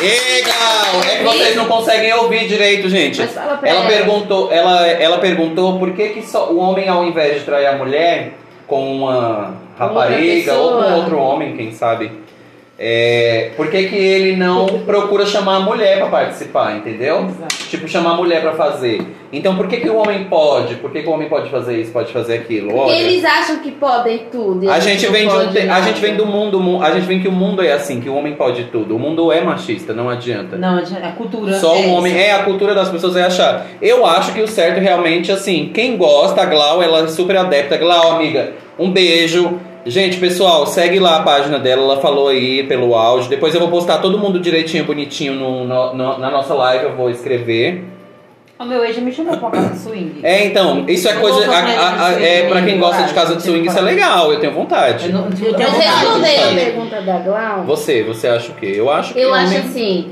[SPEAKER 1] é Ei, Glau! É que vocês não conseguem ouvir direito, gente.
[SPEAKER 2] Mas fala pra
[SPEAKER 1] Ela
[SPEAKER 2] ela.
[SPEAKER 1] perguntou, ela, ela perguntou por que, que só o homem, ao invés de trair a mulher com uma
[SPEAKER 2] Com outra
[SPEAKER 1] rapariga ou com
[SPEAKER 2] pessoa.
[SPEAKER 1] outro homem, quem sabe, é, por que, que ele não procura chamar a mulher pra participar, entendeu?
[SPEAKER 4] Exato.
[SPEAKER 1] Tipo, chamar a mulher pra fazer. Então, por que, que o homem pode? Por que, que o homem pode fazer isso, pode fazer aquilo?
[SPEAKER 2] Porque
[SPEAKER 1] Olha,
[SPEAKER 2] eles acham que podem tudo. e
[SPEAKER 1] a gente
[SPEAKER 2] é não
[SPEAKER 1] vem de um
[SPEAKER 2] pode
[SPEAKER 1] te- a
[SPEAKER 2] nada.
[SPEAKER 1] gente vem do mundo, mu- a gente vem que o mundo é assim, que o homem pode tudo. O mundo é machista, não adianta.
[SPEAKER 4] Não, a cultura.
[SPEAKER 1] Só
[SPEAKER 4] é
[SPEAKER 1] o homem.
[SPEAKER 4] essa.
[SPEAKER 1] É, a cultura das pessoas é achar. Eu acho que o certo realmente, assim, quem gosta, a Glau, ela é super adepta. Glau, amiga, um beijo. Gente, pessoal, segue lá a página dela, ela falou aí pelo áudio. Depois eu vou postar todo mundo direitinho, bonitinho no- no- no- na nossa live, eu vou escrever.
[SPEAKER 4] O meu ex já me chamou pra casa swing.
[SPEAKER 1] É, então, isso é
[SPEAKER 4] Eu
[SPEAKER 1] coisa.
[SPEAKER 4] vou
[SPEAKER 1] a-
[SPEAKER 4] fazer
[SPEAKER 1] a- a-
[SPEAKER 4] isso
[SPEAKER 1] é,
[SPEAKER 4] aí,
[SPEAKER 1] pra quem
[SPEAKER 4] eu
[SPEAKER 1] gosta de
[SPEAKER 4] acho,
[SPEAKER 1] casa de
[SPEAKER 4] tem
[SPEAKER 1] swing,
[SPEAKER 4] que
[SPEAKER 1] isso é
[SPEAKER 4] falar. É
[SPEAKER 1] legal, eu tenho vontade.
[SPEAKER 4] Eu não, eu
[SPEAKER 3] Mas
[SPEAKER 4] tenho
[SPEAKER 2] Mas
[SPEAKER 4] vontade.
[SPEAKER 2] respondendo a
[SPEAKER 1] Sabe?
[SPEAKER 2] pergunta da Glau,
[SPEAKER 1] Você, você acha o quê? Eu acho que
[SPEAKER 2] eu
[SPEAKER 1] o
[SPEAKER 2] acho
[SPEAKER 1] homem-
[SPEAKER 2] assim.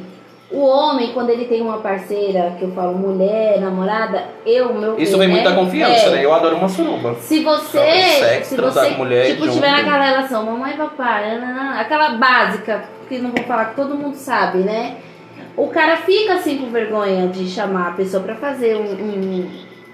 [SPEAKER 2] O homem, quando ele tem uma parceira, que eu falo mulher, namorada, eu, meu
[SPEAKER 1] Isso
[SPEAKER 2] bem,
[SPEAKER 1] vem muito
[SPEAKER 2] né?
[SPEAKER 1] da confiança,
[SPEAKER 2] É.
[SPEAKER 1] né? Eu adoro uma suruba.
[SPEAKER 2] Se você,
[SPEAKER 1] Jovem sexo,
[SPEAKER 2] se
[SPEAKER 1] transar
[SPEAKER 2] você
[SPEAKER 1] com mulher
[SPEAKER 2] tipo,
[SPEAKER 1] junto.
[SPEAKER 2] tiver naquela relação, mamãe e papai, nananã, aquela básica, que não vou falar que todo mundo sabe, né? O cara fica assim com vergonha de chamar a pessoa pra fazer um, um,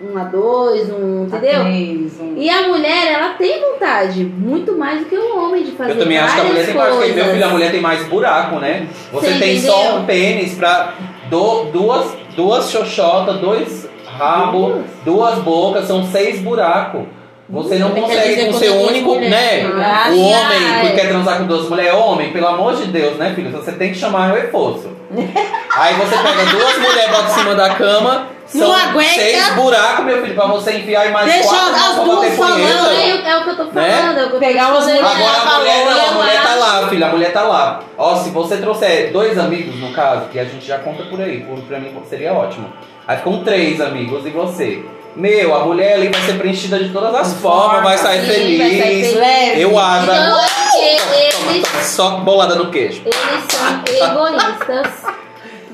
[SPEAKER 2] um a dois, um, entendeu?
[SPEAKER 4] Três, um-
[SPEAKER 2] E a mulher, ela tem vontade, muito mais do que o homem de fazer
[SPEAKER 1] Eu também acho que a mulher
[SPEAKER 2] várias
[SPEAKER 1] tem mais. porque, Meu filho, a
[SPEAKER 2] coisas.
[SPEAKER 1] mulher tem mais buraco, né? Você
[SPEAKER 2] Você
[SPEAKER 1] tem só
[SPEAKER 2] entendeu?
[SPEAKER 1] um pênis pra do- duas, duas xoxotas, dois rabos, duas bocas, são seis buracos. Você não
[SPEAKER 3] Quer
[SPEAKER 1] consegue
[SPEAKER 3] dizer,
[SPEAKER 1] com
[SPEAKER 3] quando
[SPEAKER 1] seu
[SPEAKER 3] duas
[SPEAKER 1] único,
[SPEAKER 3] mulheres
[SPEAKER 1] né?
[SPEAKER 3] transam.
[SPEAKER 2] Ah,
[SPEAKER 1] O homem
[SPEAKER 2] ai.
[SPEAKER 1] que quer transar com duas mulheres, homem, pelo amor de Deus, né, filho? Você tem que chamar o reforço. Aí você pega duas mulheres, bota em cima da cama,
[SPEAKER 3] Não
[SPEAKER 1] são
[SPEAKER 3] aguenta.
[SPEAKER 1] seis buracos, meu filho, pra você enfiar e mais
[SPEAKER 3] Deixa
[SPEAKER 1] quatro.
[SPEAKER 3] as
[SPEAKER 1] pra bater
[SPEAKER 3] duas falando,
[SPEAKER 1] punheta.
[SPEAKER 2] É, o- é o que eu tô falando,
[SPEAKER 1] Né?
[SPEAKER 2] é o que eu tô
[SPEAKER 4] Pegar umas
[SPEAKER 2] falando.
[SPEAKER 4] mulheres
[SPEAKER 1] Agora a mulher,
[SPEAKER 2] Eu
[SPEAKER 1] não, a mulher tá
[SPEAKER 2] acho-
[SPEAKER 1] lá, filha, a mulher tá lá. Ó, se você trouxer dois amigos, no caso, que a gente já conta por aí, por, pra mim seria ótimo. Aí ficam três amigos e você. Meu, a mulher ali vai ser preenchida de todas as formas, vai sair
[SPEAKER 2] Sim,
[SPEAKER 1] feliz.
[SPEAKER 2] vai sair feliz.
[SPEAKER 4] Leve.
[SPEAKER 1] Eu abro.
[SPEAKER 2] Então, eu acho que eles,
[SPEAKER 1] Só bolada no queixo.
[SPEAKER 2] eles são egoístas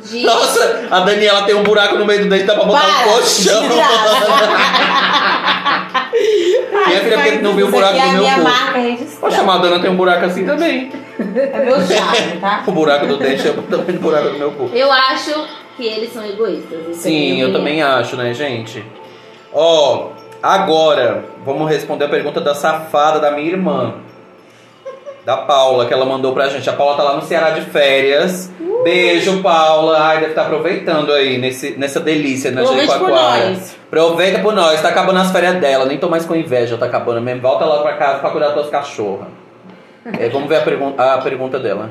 [SPEAKER 2] de...
[SPEAKER 1] Nossa, a Daniela tem um buraco no meio do dente, dá pra botar um
[SPEAKER 3] Para,
[SPEAKER 1] colchão. Minha filha, é porque não viu o buraco
[SPEAKER 3] Isso
[SPEAKER 1] do
[SPEAKER 3] aqui é
[SPEAKER 1] meu
[SPEAKER 3] a minha
[SPEAKER 1] corpo.
[SPEAKER 3] marca registrada.
[SPEAKER 1] Poxa, a Madonna tem um buraco assim também.
[SPEAKER 3] É meu charme, tá?
[SPEAKER 1] O buraco do dente é também o buraco do meu corpo.
[SPEAKER 2] Eu acho que eles são egoístas. isso é
[SPEAKER 1] Sim,
[SPEAKER 2] minha
[SPEAKER 1] eu
[SPEAKER 2] opinião.
[SPEAKER 1] também acho, né, gente? Ó, agora vamos responder a pergunta da safada da minha irmã. Da Paula, que ela mandou pra gente. A Paula tá lá no Ceará de férias.
[SPEAKER 3] Uh!
[SPEAKER 1] Beijo, Paula. Ai, deve estar aproveitando aí nesse, nessa delícia na
[SPEAKER 3] Aproveite por
[SPEAKER 1] Jericoacoara.
[SPEAKER 3] tipo, nós.
[SPEAKER 1] Aproveita por nós. Tá acabando as férias dela. Nem tô mais com inveja, tá acabando mesmo. Volta logo pra casa pra cuidar das tuas cachorras. É, vamos ver a, pergun- a pergunta dela.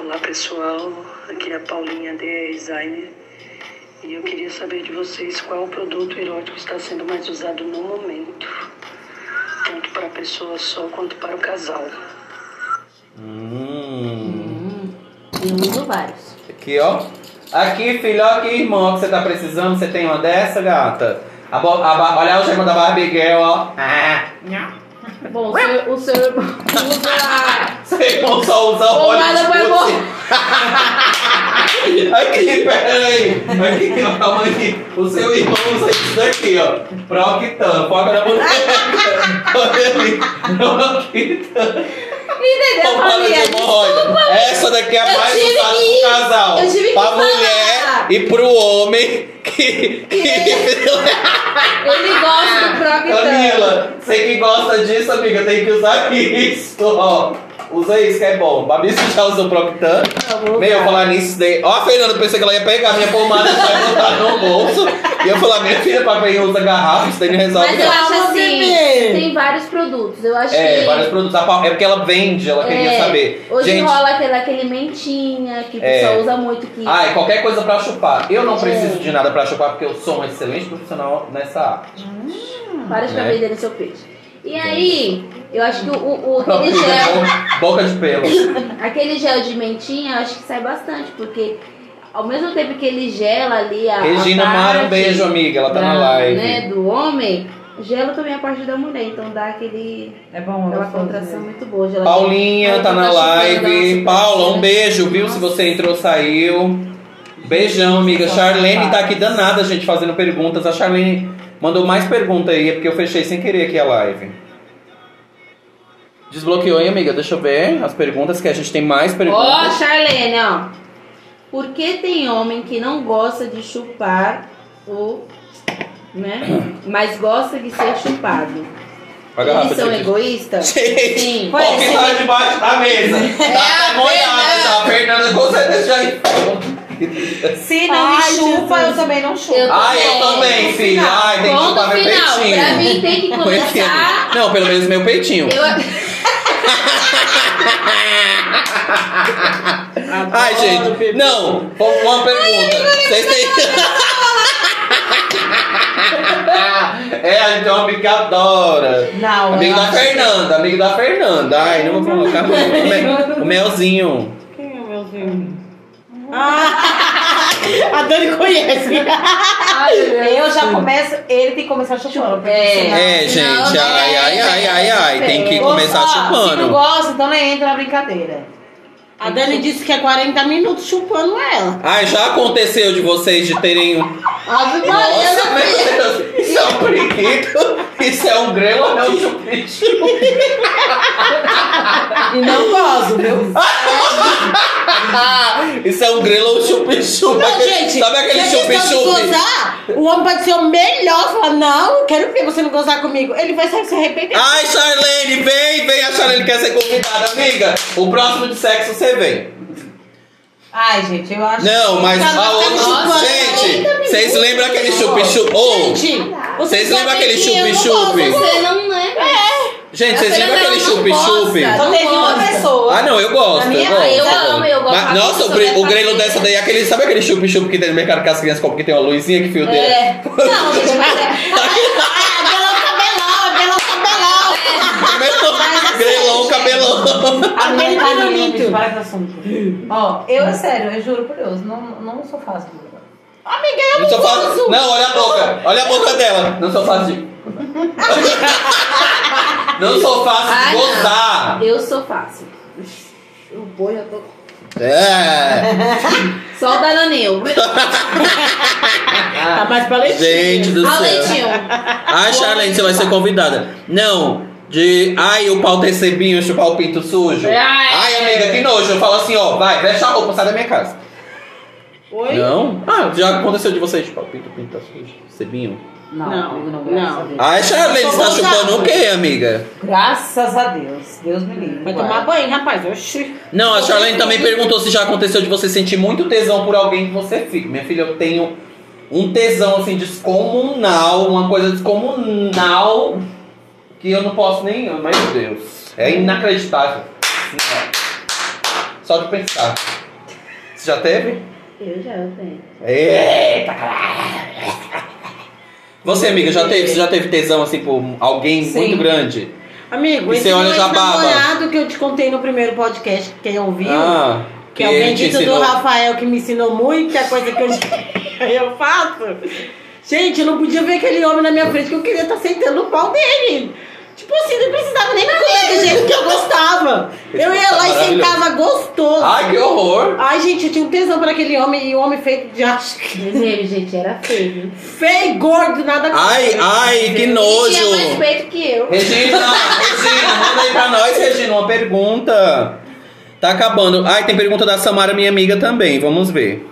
[SPEAKER 6] Olá pessoal, aqui é a Paulinha de Design e eu queria saber de vocês qual o produto erótico está sendo mais usado no momento, tanto para a pessoa só quanto para o casal.
[SPEAKER 1] Hum.
[SPEAKER 2] Eu uso vários.
[SPEAKER 1] Aqui, ó. Aqui, filho, ó, aqui, irmão, que você tá precisando. Você tem uma dessa, gata? A bo- a ba- olha a gema da Barbie Girl, ó. Ah,
[SPEAKER 2] Bom, o seu, o seu irmão usa.
[SPEAKER 1] você irmão só usa o óleo
[SPEAKER 2] Pomada vai
[SPEAKER 1] de Aqui, peraí. Aqui, ó, calma aí. O seu irmão usa isso daqui, ó. Proctan, foca na boneca. Olha ali. Proctan.
[SPEAKER 2] Entendeu,
[SPEAKER 1] Pomada de
[SPEAKER 2] família?
[SPEAKER 1] hemorroida. Essa daqui é a
[SPEAKER 2] Eu
[SPEAKER 1] mais
[SPEAKER 2] tive
[SPEAKER 1] usada
[SPEAKER 2] que-
[SPEAKER 1] pro casal.
[SPEAKER 2] eu tive que
[SPEAKER 1] pra
[SPEAKER 2] falar.
[SPEAKER 1] mulher e pro homem que- que...
[SPEAKER 2] Ele gosta do próprio
[SPEAKER 1] Camila, você que gosta disso, amiga, tem que usar isso, ó. Usa isso que é bom. Babi, você já usou o Proctan? Meu, falar nisso daí. Ó, a Fernanda, pensei que ela ia pegar minha pomada e vai botar no bolso. E eu falar, minha filha, papai usa garrafa, isso daí não resolve
[SPEAKER 2] Mas eu
[SPEAKER 1] não.
[SPEAKER 2] acho
[SPEAKER 3] Calma,
[SPEAKER 2] assim,
[SPEAKER 3] bebê.
[SPEAKER 2] tem vários produtos. Eu acho
[SPEAKER 1] É,
[SPEAKER 2] que.
[SPEAKER 1] vários produtos. A Pau- É porque ela vende, ela queria
[SPEAKER 2] É,
[SPEAKER 1] saber.
[SPEAKER 2] Hoje
[SPEAKER 1] Gente,
[SPEAKER 2] rola aquele, aquele mentinha que o
[SPEAKER 1] É.
[SPEAKER 2] pessoal usa muito. Que...
[SPEAKER 1] ai, é qualquer coisa pra chupar. Eu não preciso de nada pra chupar, porque eu sou um excelente profissional nessa arte.
[SPEAKER 2] Para de ficar
[SPEAKER 1] né?
[SPEAKER 2] vendendo seu peixe. E aí, eu acho que é o, o, o aquele
[SPEAKER 1] Procura,
[SPEAKER 2] gel.
[SPEAKER 1] bo- boca de pelo.
[SPEAKER 2] Aquele gel de mentinha, eu acho que sai bastante, porque ao mesmo tempo que ele gela ali a. a
[SPEAKER 1] Regina Mara, um
[SPEAKER 2] parte
[SPEAKER 1] beijo, amiga. Ela tá
[SPEAKER 2] da-
[SPEAKER 1] na live.
[SPEAKER 2] Né, do homem, gela também a parte da mulher, então dá aquele,
[SPEAKER 4] É bom, eu
[SPEAKER 2] aquela
[SPEAKER 4] gosto de
[SPEAKER 2] contração
[SPEAKER 4] ver.
[SPEAKER 2] muito boa. geladinha.
[SPEAKER 1] Paulinha
[SPEAKER 2] Ela
[SPEAKER 1] tá na
[SPEAKER 2] chegando, ela
[SPEAKER 1] live.
[SPEAKER 2] super
[SPEAKER 1] Paula, um
[SPEAKER 2] bacana.
[SPEAKER 1] beijo, viu? Se você entrou, saiu. Beijão, amiga. Charlene tá aqui danada, gente, fazendo perguntas. A Charlene mandou mais pergunta aí, é porque eu fechei sem querer aqui a live. Desbloqueou, hein, amiga? Deixa eu ver as perguntas, que a gente tem mais
[SPEAKER 2] Ó,
[SPEAKER 1] perguntas.
[SPEAKER 2] Charlene, ó. Por que tem homem que não gosta de chupar o. né? Mas gosta de ser chupado?
[SPEAKER 1] Ó, a garrafa
[SPEAKER 2] Eles são
[SPEAKER 1] de...
[SPEAKER 2] egoístas?
[SPEAKER 1] Gente,
[SPEAKER 2] Sim.
[SPEAKER 1] ó, quem tá debaixo da mesa? Tá molhada, a Fernanda com certeza já entrou.
[SPEAKER 3] Se não me
[SPEAKER 4] Ai,
[SPEAKER 3] chupa, eu também não chupo.
[SPEAKER 2] Eu
[SPEAKER 1] Ai, Ah, eu
[SPEAKER 2] também.
[SPEAKER 1] também, filho. Ai, tem que
[SPEAKER 2] Ponto
[SPEAKER 1] chupar meu
[SPEAKER 2] final.
[SPEAKER 1] peitinho.
[SPEAKER 2] Pra mim tem que começar.
[SPEAKER 1] Não, pelo menos meu peitinho.
[SPEAKER 2] Eu...
[SPEAKER 1] Ai, gente. Não, uma pergunta. Vocês têm. é, a gente tem uma amiga que adora.
[SPEAKER 3] Não,
[SPEAKER 1] Amigo
[SPEAKER 3] eu
[SPEAKER 1] da
[SPEAKER 3] acho-
[SPEAKER 1] Fernanda, amigo da Fernanda. Ai, não vou colocar o mel- o melzinho.
[SPEAKER 3] Quem é meu filho? Ah, a Dani conhece. eu já começo, ele tem que começar chupando. porque senão-
[SPEAKER 1] É, gente, ai, ai, ai, ai, ai. Tem que
[SPEAKER 3] Ou
[SPEAKER 1] começar
[SPEAKER 3] só, Se não
[SPEAKER 1] chupando.
[SPEAKER 3] gosta, então nem entra na brincadeira. A Dani disse que é 40 minutos chupando ela.
[SPEAKER 1] Ai, já aconteceu de vocês de terem um.
[SPEAKER 3] Ave Maria,
[SPEAKER 1] Nossa, meu Deus! Isso é um periquito! Isso é um grelo, é um chupichu!
[SPEAKER 3] E não gosto, meu.
[SPEAKER 1] Isso é um grelo ou um chupichu!
[SPEAKER 3] Não, gente.
[SPEAKER 1] Sabe aquele
[SPEAKER 3] se a questão de
[SPEAKER 1] chupichu?
[SPEAKER 3] gozar, o homem pode ser o melhor. Falar, não, quero ver você não gozar comigo. Ele vai sair se arrepender.
[SPEAKER 1] Ai, Charlene, vem, vem! A Charlene quer ser convidada, amiga! O próximo de sexo você vem.
[SPEAKER 4] Ai, gente, eu acho.
[SPEAKER 1] Não, mas
[SPEAKER 3] Tá,
[SPEAKER 1] a
[SPEAKER 3] nós
[SPEAKER 1] outra.
[SPEAKER 3] estamos chupando
[SPEAKER 1] Gente, vocês lembram aquele chupichu? Ô,
[SPEAKER 3] Gente,
[SPEAKER 1] vocês
[SPEAKER 3] sabem
[SPEAKER 1] lembram aquele
[SPEAKER 3] que eu não
[SPEAKER 1] chup-chup?
[SPEAKER 3] gosto.
[SPEAKER 2] Você não lembra?
[SPEAKER 1] gente, vocês lembram
[SPEAKER 2] Ela
[SPEAKER 1] aquele
[SPEAKER 2] não
[SPEAKER 1] chup-chup?
[SPEAKER 2] gosta.
[SPEAKER 4] Só teve uma
[SPEAKER 2] Nossa.
[SPEAKER 4] pessoa.
[SPEAKER 1] Ah, não, eu gosto. Eu
[SPEAKER 4] minha
[SPEAKER 1] gosto.
[SPEAKER 4] mãe,
[SPEAKER 2] Eu amo, eu gosto.
[SPEAKER 1] Mas, nossa, o, gre- o grelo dessa daí, é aquele, sabe aquele chup-chup que tem no mercado que as crianças compram que tem uma luzinha que fio dele?
[SPEAKER 4] É.
[SPEAKER 3] Não, gente, mas é. Ah, Belão cabelão, é belão cabelão.
[SPEAKER 1] Cabelão, grelão, cabelão.
[SPEAKER 4] A tá minha
[SPEAKER 3] Aquele pirulito.
[SPEAKER 4] carinha vários assuntos. Ó, eu, é sério, eu juro por Deus, não, não sou fácil.
[SPEAKER 3] Amiga,
[SPEAKER 1] Não,
[SPEAKER 3] eu não
[SPEAKER 1] sou fácil.
[SPEAKER 3] gosto.
[SPEAKER 1] não, olha a boca. Olha a boca dela. Não sou fácil de. Não sou fácil
[SPEAKER 2] Ah,
[SPEAKER 1] de
[SPEAKER 2] não.
[SPEAKER 1] gozar.
[SPEAKER 2] Eu sou fácil. O boi já tô.
[SPEAKER 1] É.
[SPEAKER 2] Só o Dananinho.
[SPEAKER 3] Tá mais pra
[SPEAKER 1] Ah, Gente do
[SPEAKER 2] Olha o
[SPEAKER 1] céu.
[SPEAKER 2] leitinho.
[SPEAKER 1] Ai, Ah, Charlene, você vai ser convidada. Não. De. Ai, o pau tem sebinho, chupar o pinto sujo.
[SPEAKER 2] Ai.
[SPEAKER 1] Ai, amiga, que nojo. Eu falo assim, ó, vai, veste a roupa, sai da minha casa.
[SPEAKER 3] Oi?
[SPEAKER 1] Não? Ah, já aconteceu de vocês, tipo, pinto, pinto, sujo, sebinho.
[SPEAKER 4] Não,
[SPEAKER 3] Não,
[SPEAKER 4] comigo não,
[SPEAKER 3] não.
[SPEAKER 4] graças a Deus.
[SPEAKER 1] Ai, Charlene, você tá chupando o quê, amiga?
[SPEAKER 4] Graças a Deus. Deus me livre.
[SPEAKER 3] Vai tomar
[SPEAKER 4] guarda.
[SPEAKER 3] banho, rapaz. Oxi.
[SPEAKER 1] Não, a Charlene também perguntou se já aconteceu de você sentir muito tesão por alguém que você fica. Minha filha, eu tenho um tesão, assim, descomunal, uma coisa descomunal, que eu não posso nem... Meu Deus, é inacreditável. Só de pensar. Você já teve?
[SPEAKER 2] Eu já tenho.
[SPEAKER 1] Eita, caralho! Você, amiga, já teve, você já teve tesão assim por alguém
[SPEAKER 4] Sim.
[SPEAKER 1] muito grande?
[SPEAKER 3] Amigo,
[SPEAKER 1] E
[SPEAKER 3] esse
[SPEAKER 1] você olha
[SPEAKER 3] meu
[SPEAKER 1] já baba.
[SPEAKER 3] namorado que eu te contei no primeiro podcast, quem ouviu,
[SPEAKER 1] Ah,
[SPEAKER 3] que é o
[SPEAKER 1] ele te
[SPEAKER 3] bendito do
[SPEAKER 1] ensinou-
[SPEAKER 3] Rafael que me ensinou muita coisa que eu, eu faço. Gente, eu não podia ver aquele homem na minha frente que eu queria estar sentando o pau dele. Tipo assim, não precisava nem me comer do jeito que eu gostava.
[SPEAKER 1] Esse
[SPEAKER 3] eu ia
[SPEAKER 1] cara
[SPEAKER 3] lá
[SPEAKER 1] é
[SPEAKER 3] e
[SPEAKER 1] maravilhoso. Ah.
[SPEAKER 3] sentava gostoso. Ai.
[SPEAKER 1] Ai, que horror!
[SPEAKER 3] gente, eu tinha um tesão por aquele homem e o homem feito de acho
[SPEAKER 2] Ele, gente, era feio. viu?
[SPEAKER 3] feio, gordo, nada
[SPEAKER 1] Ai,
[SPEAKER 3] contra.
[SPEAKER 1] ai, que
[SPEAKER 2] Ele tinha mais
[SPEAKER 1] nojo!
[SPEAKER 2] peito que eu.
[SPEAKER 1] Regina, Regina, manda aí pra nós, Regina, uma pergunta. Tá acabando. Ai, tem pergunta da Samara, minha amiga, também. Vamos ver.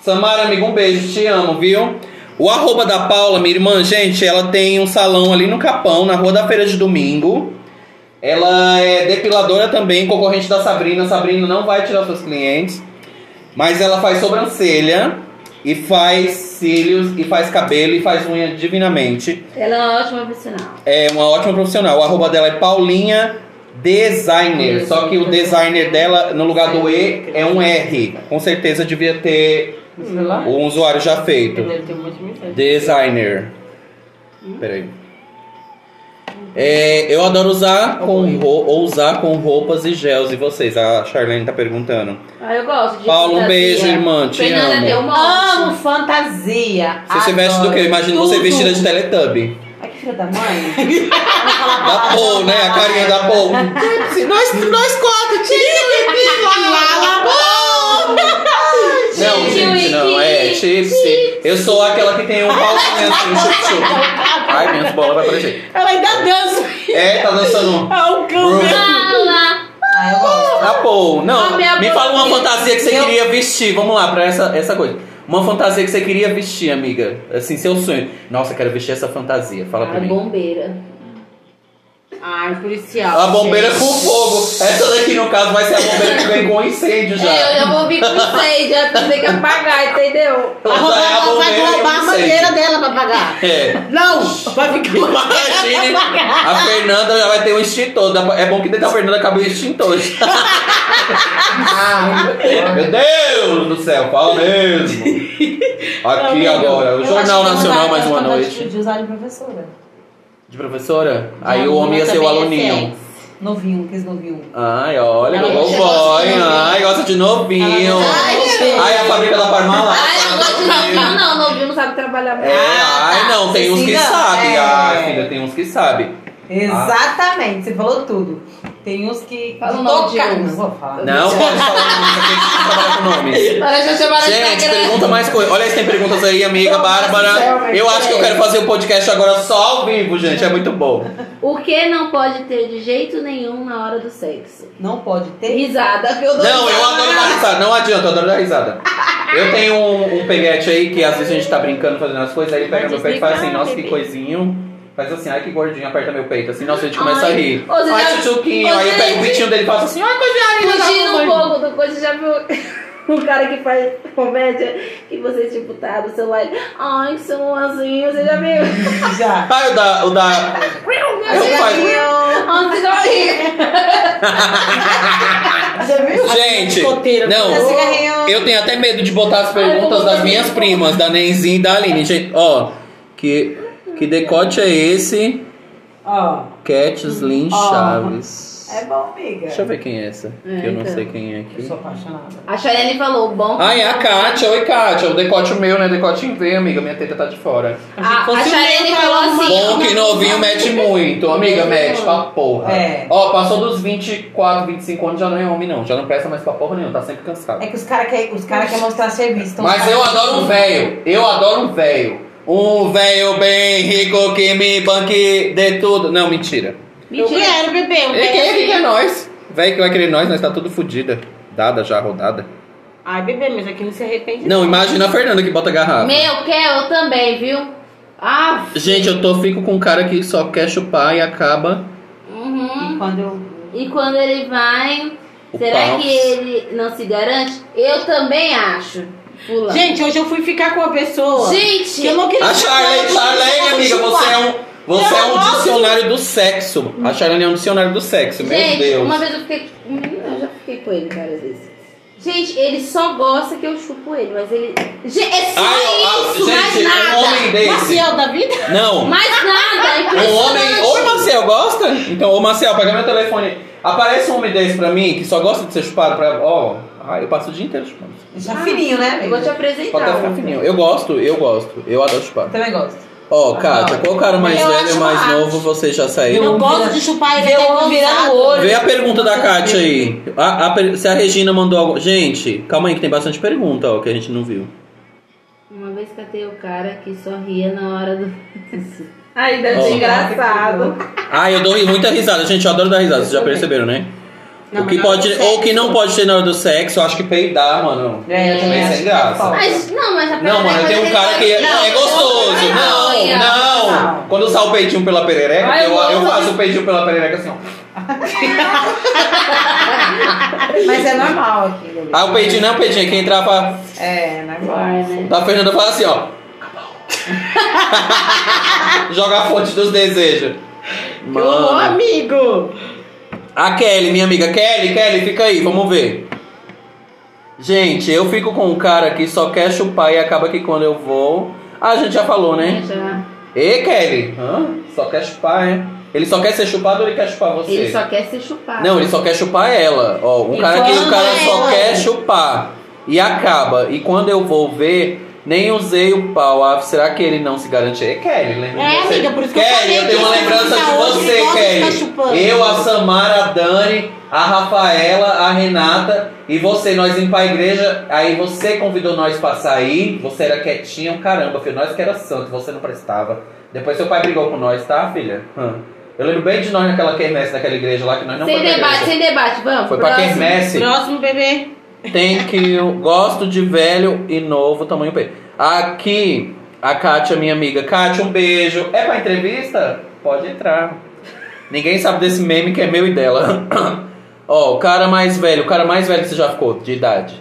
[SPEAKER 1] Samara, amiga, um beijo, te amo, viu? O arroba da Paula, minha irmã, gente, ela tem um salão ali no Capão, na Rua da Feira de Domingo. Ela é depiladora também, concorrente da Sabrina. Sabrina não vai tirar seus clientes. Mas ela faz sobrancelha, e faz cílios, e faz cabelo, e faz unha divinamente.
[SPEAKER 2] Ela é uma ótima profissional.
[SPEAKER 1] É uma ótima profissional. O arroba dela é Paulinha Designer. Só que o designer dela, no lugar do E, é um R. Com certeza devia ter
[SPEAKER 4] Sei lá.
[SPEAKER 1] um usuário já feito.
[SPEAKER 4] Deve ter um monte de mensagem.
[SPEAKER 1] Designer. Peraí. É, eu adoro usar com ro- ou usar com roupas e gels. E vocês? A Charlene tá perguntando.
[SPEAKER 2] Ah, eu gosto de
[SPEAKER 1] Paulo, um
[SPEAKER 2] fantasia.
[SPEAKER 1] beijo, irmã. Te
[SPEAKER 2] Fernanda
[SPEAKER 1] amo.
[SPEAKER 2] tem um monte.
[SPEAKER 4] Amo fantasia.
[SPEAKER 1] Você se veste do que? Eu imagino você
[SPEAKER 4] Tudo.
[SPEAKER 1] vestida de Teletubby.
[SPEAKER 4] Ai, que filha da mãe. Eu vou falar
[SPEAKER 1] Da
[SPEAKER 4] palavrão,
[SPEAKER 1] Paul, né? A
[SPEAKER 4] não.
[SPEAKER 1] carinha da Paul.
[SPEAKER 3] Nós, nós quatro, tio e lá, lá,
[SPEAKER 1] Não, gente, não, é chips. Eu sou aquela que tem um pauzinho assim, chup-chup. Ai, minhas bolas vai aparecer.
[SPEAKER 3] Ela ainda dança.
[SPEAKER 1] É, tá dançando.
[SPEAKER 3] É um câmbio.
[SPEAKER 2] Fala!
[SPEAKER 4] Ah, eu gosto.
[SPEAKER 1] Ah, pô, não.
[SPEAKER 2] Ah, minha
[SPEAKER 1] Me
[SPEAKER 2] bolinha.
[SPEAKER 1] fala uma fantasia que você
[SPEAKER 4] Eu-
[SPEAKER 1] queria vestir. Vamos lá, pra essa, essa coisa. Uma fantasia que você queria vestir, amiga. Assim, seu sonho. Nossa, quero vestir essa fantasia. Fala pra
[SPEAKER 2] Ai,
[SPEAKER 1] mim.
[SPEAKER 2] é bombeira.
[SPEAKER 3] Ai, policial.
[SPEAKER 1] A bombeira com fogo. Essa daqui, no caso, vai ser a bombeira que vem com incêndio já.
[SPEAKER 2] É, eu já vou vir com sede, já tem que apagar, entendeu?
[SPEAKER 1] Ela já é a
[SPEAKER 3] Ela vai
[SPEAKER 1] bombeira
[SPEAKER 3] roubar a
[SPEAKER 1] com incêndio.
[SPEAKER 3] bandeira dela pra pagar.
[SPEAKER 1] É.
[SPEAKER 3] Não, vai ficar.
[SPEAKER 1] Imagine, a Fernanda já vai ter um extintor. Dá pra- É bom que dentro da Fernanda acabou o extintor. Meu Deus do céu, fala mesmo. Aqui
[SPEAKER 3] Não,
[SPEAKER 1] agora, o
[SPEAKER 4] Eu
[SPEAKER 1] Jornal
[SPEAKER 4] acho que eu
[SPEAKER 1] Nacional
[SPEAKER 4] vou
[SPEAKER 1] mais
[SPEAKER 4] dar
[SPEAKER 1] uma
[SPEAKER 4] vontade
[SPEAKER 1] noite.
[SPEAKER 4] De usar de professora.
[SPEAKER 1] De professora? Aí o
[SPEAKER 3] aluna
[SPEAKER 1] homem ia ser o
[SPEAKER 3] também é
[SPEAKER 1] aluninho.
[SPEAKER 4] Novinho, quis novinho.
[SPEAKER 1] Ai, olha,
[SPEAKER 3] Ela
[SPEAKER 1] o
[SPEAKER 3] gosta
[SPEAKER 1] boy.
[SPEAKER 3] de novinho.
[SPEAKER 1] Ai, gosta de novinho.
[SPEAKER 3] Ai, gente.
[SPEAKER 1] Ai, a fábrica da Parmalat.
[SPEAKER 2] Ai, eu gosto de novinho, não, novinho não sabe trabalhar
[SPEAKER 1] É, ai, não, tem uns que
[SPEAKER 4] Ah, tá. Cecília,
[SPEAKER 1] sabem.
[SPEAKER 4] é.
[SPEAKER 1] Ah. Ai, filha, tem uns que sabem.
[SPEAKER 4] Exatamente, você falou tudo. Tem uns que.
[SPEAKER 2] Fala o
[SPEAKER 4] de
[SPEAKER 2] nome de
[SPEAKER 4] tocar-
[SPEAKER 2] uns.
[SPEAKER 4] Não vou falar.
[SPEAKER 1] Não pode falar nome, porque a gente não trabalha com nomes.
[SPEAKER 2] Parece que eu chamava
[SPEAKER 1] Gente, pergunta mais coisa. Olha, tem perguntas aí, amiga Bárbara. Eu acho que
[SPEAKER 2] é
[SPEAKER 1] eu quero fazer o podcast agora só ao vivo, gente. É muito bom.
[SPEAKER 2] O que não pode ter de jeito nenhum na hora do sexo?
[SPEAKER 4] Não pode ter.
[SPEAKER 2] Risada, que eu dou
[SPEAKER 1] Não, eu
[SPEAKER 2] risada.
[SPEAKER 1] adoro dar risada. Não adianta, eu adoro dar risada. Eu tenho um, um peguete aí que às vezes a gente tá brincando, fazendo as coisas, aí ele pega meu peito e faz assim, nossa, que coisinho. Faz assim, ai que gordinho, aperta meu peito, assim, nossa, a gente começa
[SPEAKER 2] Ai,
[SPEAKER 1] a rir.
[SPEAKER 2] ô, você
[SPEAKER 1] Ai,
[SPEAKER 2] já-
[SPEAKER 1] tchutchuquinho, aí eu
[SPEAKER 2] você-
[SPEAKER 1] pego o pitinho dele e faço assim, ai, coisinha linda.
[SPEAKER 2] Fugindo um pouco do coisa, já viu um cara que faz comédia que você, tipo, tá no celular. e, Ai, que são assim, você já viu?
[SPEAKER 4] Já.
[SPEAKER 1] Ai, o da, o da, Eu faço.
[SPEAKER 2] Ai, você já viu?
[SPEAKER 3] Já viu?
[SPEAKER 1] Gente,
[SPEAKER 3] Escoteiro. né?
[SPEAKER 1] não. Eu tenho até medo de botar as perguntas das minhas primas, da Nenzinha e da Aline. Gente, ó, que, que decote é esse?
[SPEAKER 4] Ó.
[SPEAKER 1] Catlin
[SPEAKER 4] Ó.
[SPEAKER 1] Chaves.
[SPEAKER 4] É bom, amiga.
[SPEAKER 1] Deixa eu ver quem é essa,
[SPEAKER 2] É,
[SPEAKER 1] que eu não
[SPEAKER 2] então.
[SPEAKER 1] sei quem é
[SPEAKER 4] Eu
[SPEAKER 1] aqui.
[SPEAKER 4] sou apaixonada.
[SPEAKER 2] A Charelle falou, bom.
[SPEAKER 1] Ah, é a Kátia. Oi, Kátia. O decote meu, né? Decote em V, amiga. Minha teta tá de fora.
[SPEAKER 2] A, a
[SPEAKER 3] Fosse o
[SPEAKER 2] Charelle
[SPEAKER 3] meu,
[SPEAKER 2] falou
[SPEAKER 3] cara,
[SPEAKER 2] assim.
[SPEAKER 1] Bom que novinho mete muito. Amiga, mete pra porra.
[SPEAKER 4] É.
[SPEAKER 1] Ó, passou dos 24, 25 anos, já não é homem, não. Já não presta mais pra porra nenhuma. Tá sempre cansado.
[SPEAKER 4] É que os caras querem os cara quer mostrar serviço. então os
[SPEAKER 1] Mas
[SPEAKER 4] cara-
[SPEAKER 1] eu adoro um velho. Eu adoro um velho. Um velho bem rico que me banque de tudo. Não, mentira.
[SPEAKER 3] Eu
[SPEAKER 2] Mentira.
[SPEAKER 3] quero bebê. Um
[SPEAKER 1] E quem é
[SPEAKER 2] assim.
[SPEAKER 1] que
[SPEAKER 3] pedacinho.
[SPEAKER 1] quer nós? Velho que vai querer nós, nós tá tudo fodida. Dada já, rodada.
[SPEAKER 3] Ai, bebê, mas aqui não se arrepende.
[SPEAKER 1] Não, imagina a Fernanda que bota garrafa.
[SPEAKER 2] Meu, quer eu também, viu? Ah,
[SPEAKER 1] Gente, eu tô fico com um cara que só quer chupar e acaba
[SPEAKER 2] uhum.
[SPEAKER 4] E quando eu.
[SPEAKER 2] E quando ele vai,
[SPEAKER 1] o
[SPEAKER 2] será
[SPEAKER 1] pau.
[SPEAKER 2] que ele não se garante? Eu também acho. Fulano.
[SPEAKER 3] Gente, hoje eu fui ficar com uma pessoa.
[SPEAKER 2] Gente,
[SPEAKER 3] que eu não queria
[SPEAKER 1] A
[SPEAKER 3] ficar com
[SPEAKER 1] Charlene,
[SPEAKER 3] ela, porque eu
[SPEAKER 1] Charlene,
[SPEAKER 3] tava
[SPEAKER 1] amiga,
[SPEAKER 3] com
[SPEAKER 1] você é
[SPEAKER 3] chuva.
[SPEAKER 1] um, você é
[SPEAKER 3] Eu
[SPEAKER 1] um
[SPEAKER 3] gosto.
[SPEAKER 1] dicionário do sexo. A Charlene é um dicionário do sexo, meu
[SPEAKER 2] gente,
[SPEAKER 1] Deus.
[SPEAKER 2] uma vez eu fiquei. Hum, Eu já fiquei com ele várias vezes. Gente, ele só gosta que eu chupo ele, mas ele. Gente, é só
[SPEAKER 1] Ai, ó,
[SPEAKER 2] isso,
[SPEAKER 1] gente,
[SPEAKER 2] mais
[SPEAKER 1] um
[SPEAKER 2] nada.
[SPEAKER 1] homem desse.
[SPEAKER 3] Maciel da vida?
[SPEAKER 1] Não,
[SPEAKER 2] Mais nada. é
[SPEAKER 1] Um homem.
[SPEAKER 2] impressionante.
[SPEAKER 1] Oi, Marcel, gosta? Então, ô Marcel, pega meu telefone. Aparece um homem desse pra mim que só gosta de ser chupado pra. Ó, ai, eu passo o dia inteiro chupando.
[SPEAKER 4] Já
[SPEAKER 2] Tá
[SPEAKER 4] fininho, né?
[SPEAKER 2] Eu vou te
[SPEAKER 4] amiga?
[SPEAKER 2] apresentar.
[SPEAKER 3] Então.
[SPEAKER 1] Pode até ficar
[SPEAKER 2] um.
[SPEAKER 1] fininho. Eu gosto, eu gosto. Eu adoro chupar.
[SPEAKER 4] Também gosto.
[SPEAKER 1] Ó, Kátia, qual cara mais
[SPEAKER 3] Ah, Eu
[SPEAKER 1] velho e
[SPEAKER 3] acho
[SPEAKER 1] mais
[SPEAKER 3] uma
[SPEAKER 1] novo vocês já
[SPEAKER 3] Eu,
[SPEAKER 1] saíram?
[SPEAKER 3] gosto de chupar ele é
[SPEAKER 4] Vê
[SPEAKER 3] até
[SPEAKER 4] o
[SPEAKER 3] gozado.
[SPEAKER 4] homem virando o olho.
[SPEAKER 1] Vê a pergunta da Kátia aí. A- a per- se a Regina mandou algo. Gente, calma aí que tem bastante pergunta, ó, que a gente não viu.
[SPEAKER 2] Uma vez catei o cara que sorria na hora do. Ai, deve
[SPEAKER 1] Ó.
[SPEAKER 2] ser engraçado.
[SPEAKER 1] Ah, eu dou ri- muita risada, gente. Eu adoro dar risada, vocês já perceberam, né?
[SPEAKER 3] Não,
[SPEAKER 1] o que
[SPEAKER 3] mas na hora
[SPEAKER 1] pode,
[SPEAKER 3] do
[SPEAKER 1] ou
[SPEAKER 3] sexo.
[SPEAKER 1] que não pode ter na hora do sexo, eu acho que peidar, mano.
[SPEAKER 4] É, eu também
[SPEAKER 1] Também
[SPEAKER 4] acho
[SPEAKER 1] sem
[SPEAKER 4] que tá
[SPEAKER 1] graça.
[SPEAKER 4] falta.
[SPEAKER 2] Mas, não, mas a
[SPEAKER 1] Não, mano, eu tenho um cara que é,
[SPEAKER 2] Não,
[SPEAKER 1] é gostoso. Não,
[SPEAKER 2] olha.
[SPEAKER 1] não.
[SPEAKER 4] Não.
[SPEAKER 1] Quando sai o peitinho pela perereca,
[SPEAKER 2] Ai,
[SPEAKER 1] eu,
[SPEAKER 2] eu
[SPEAKER 1] eu
[SPEAKER 2] gosto.
[SPEAKER 1] faço o peitinho pela perereca assim, ó.
[SPEAKER 4] Mas é normal aqui. Lulu.
[SPEAKER 1] Aí o peitinho não é o peitinho, é quem entrar pra.
[SPEAKER 4] É, normal.
[SPEAKER 2] Vai, né?
[SPEAKER 1] Da Fernanda fala assim, ó. Joga a fonte dos desejos.
[SPEAKER 3] Ô,
[SPEAKER 1] Mano.
[SPEAKER 3] amigo.
[SPEAKER 1] A Kelly, minha amiga. Kelly, Kelly, fica aí, vamos ver. Gente, eu fico com um cara que só quer chupar e acaba que quando eu vou. Ah, a gente já falou, né?
[SPEAKER 2] Já.
[SPEAKER 1] Ei, Kelly! Hã? Só quer chupar, é? Ele só quer ser chupado ou ele quer chupar você?
[SPEAKER 2] Ele só quer ser chupado.
[SPEAKER 1] Não, ele só quer chupar ela. Ó, um
[SPEAKER 3] Ele
[SPEAKER 1] cara
[SPEAKER 3] só
[SPEAKER 1] que o
[SPEAKER 3] ama
[SPEAKER 1] cara só
[SPEAKER 3] ela.
[SPEAKER 1] quer chupar. E acaba. E quando eu vou ver, nem usei o pau. Ah, será que ele não se garante? É Kelly, lembra? de
[SPEAKER 3] É,
[SPEAKER 1] você.
[SPEAKER 3] amiga, por isso que eu
[SPEAKER 1] Kelly,
[SPEAKER 3] falei
[SPEAKER 1] tenho
[SPEAKER 3] que
[SPEAKER 1] uma
[SPEAKER 3] se
[SPEAKER 1] lembrança
[SPEAKER 3] você
[SPEAKER 1] de
[SPEAKER 3] tá hoje, ele
[SPEAKER 1] você,
[SPEAKER 3] gosta de ficar chupando.
[SPEAKER 1] Kelly. Eu, a Samara, a Dani, a Rafaela, a Renata e você, nós indo pra igreja. Aí você convidou nós pra sair. Você era quietinha, um caramba, filho. Nós que era santo, você não prestava. Depois seu pai brigou com nós, tá, filha? Hã. Eu lembro bem de nós naquela quermesse, naquela igreja lá que nós não
[SPEAKER 2] sem
[SPEAKER 1] foi pra
[SPEAKER 2] debate,
[SPEAKER 1] igreja.
[SPEAKER 2] sem debate, vamos.
[SPEAKER 1] Foi pra
[SPEAKER 2] próximo.
[SPEAKER 1] quermesse.
[SPEAKER 3] Próximo bebê.
[SPEAKER 1] Tem que eu gosto de velho e novo tamanho P. Aqui, a Kátia, minha amiga. Kátia, um beijo. É pra entrevista? Pode entrar. Ninguém sabe desse meme que é meu e dela. Ó, o cara mais velho, o cara mais velho que você já ficou de idade.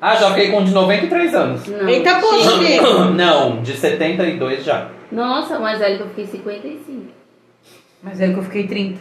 [SPEAKER 1] Ah, já fiquei com um de 93 anos.
[SPEAKER 2] Não.
[SPEAKER 3] Eita, poxa, amigo.
[SPEAKER 1] Não, de 72 já.
[SPEAKER 2] Nossa, o mais velho que eu fiquei 55.
[SPEAKER 4] Mas é que eu fiquei 30.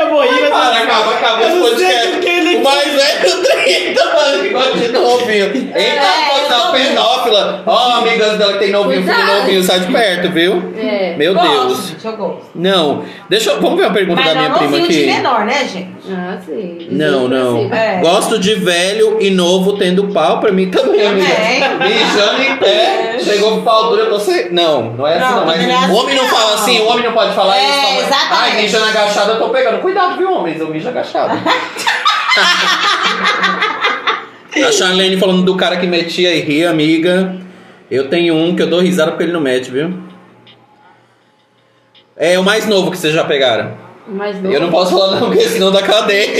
[SPEAKER 3] Eu vou rir, mas...
[SPEAKER 1] Para, acaba, acaba
[SPEAKER 3] Eu
[SPEAKER 1] esse
[SPEAKER 3] não sei
[SPEAKER 1] podcast.
[SPEAKER 3] porque ele-
[SPEAKER 1] O mais velho Então, 30, mano, que gosta de novinho. Eita,
[SPEAKER 2] É,
[SPEAKER 1] é, tá
[SPEAKER 2] eu tô
[SPEAKER 1] pedófila. Ó, amigas dela que tem novinho, fica
[SPEAKER 2] Cuidado.
[SPEAKER 1] novinho, sai de perto, viu?
[SPEAKER 2] É.
[SPEAKER 1] Meu Deus.
[SPEAKER 4] Gente, eu gosto.
[SPEAKER 1] Não, deixa eu. Vamos ver uma pergunta
[SPEAKER 2] é
[SPEAKER 1] da
[SPEAKER 4] Mas
[SPEAKER 1] minha prima
[SPEAKER 4] não de
[SPEAKER 1] aqui.
[SPEAKER 4] menor, né, gente?
[SPEAKER 2] Ah, sim.
[SPEAKER 1] Não, não.
[SPEAKER 4] É.
[SPEAKER 1] Gosto de velho e novo tendo pau pra mim também, amiga.
[SPEAKER 4] Também.
[SPEAKER 1] Mijando em pé.
[SPEAKER 3] Mas-
[SPEAKER 1] Chegou pra altura, você. Não, não é assim,
[SPEAKER 3] É. Não,
[SPEAKER 1] não. Mas
[SPEAKER 3] não é assim,
[SPEAKER 1] o homem não,
[SPEAKER 3] não.
[SPEAKER 1] fala assim, o homem não pode falar
[SPEAKER 3] É,
[SPEAKER 1] isso. Fala,
[SPEAKER 3] exatamente.
[SPEAKER 1] Ai, mijando agachado, eu tô pegando. Cuidado, viu, homens? Eu mijo agachado. A Charlene falando do cara que metia e ria, amiga. Eu tenho um que eu dou risada porque ele não mete, viu? É o mais novo que vocês já pegaram.
[SPEAKER 2] Mais novo.
[SPEAKER 1] Eu não posso falar não, porque senão dá cadeia.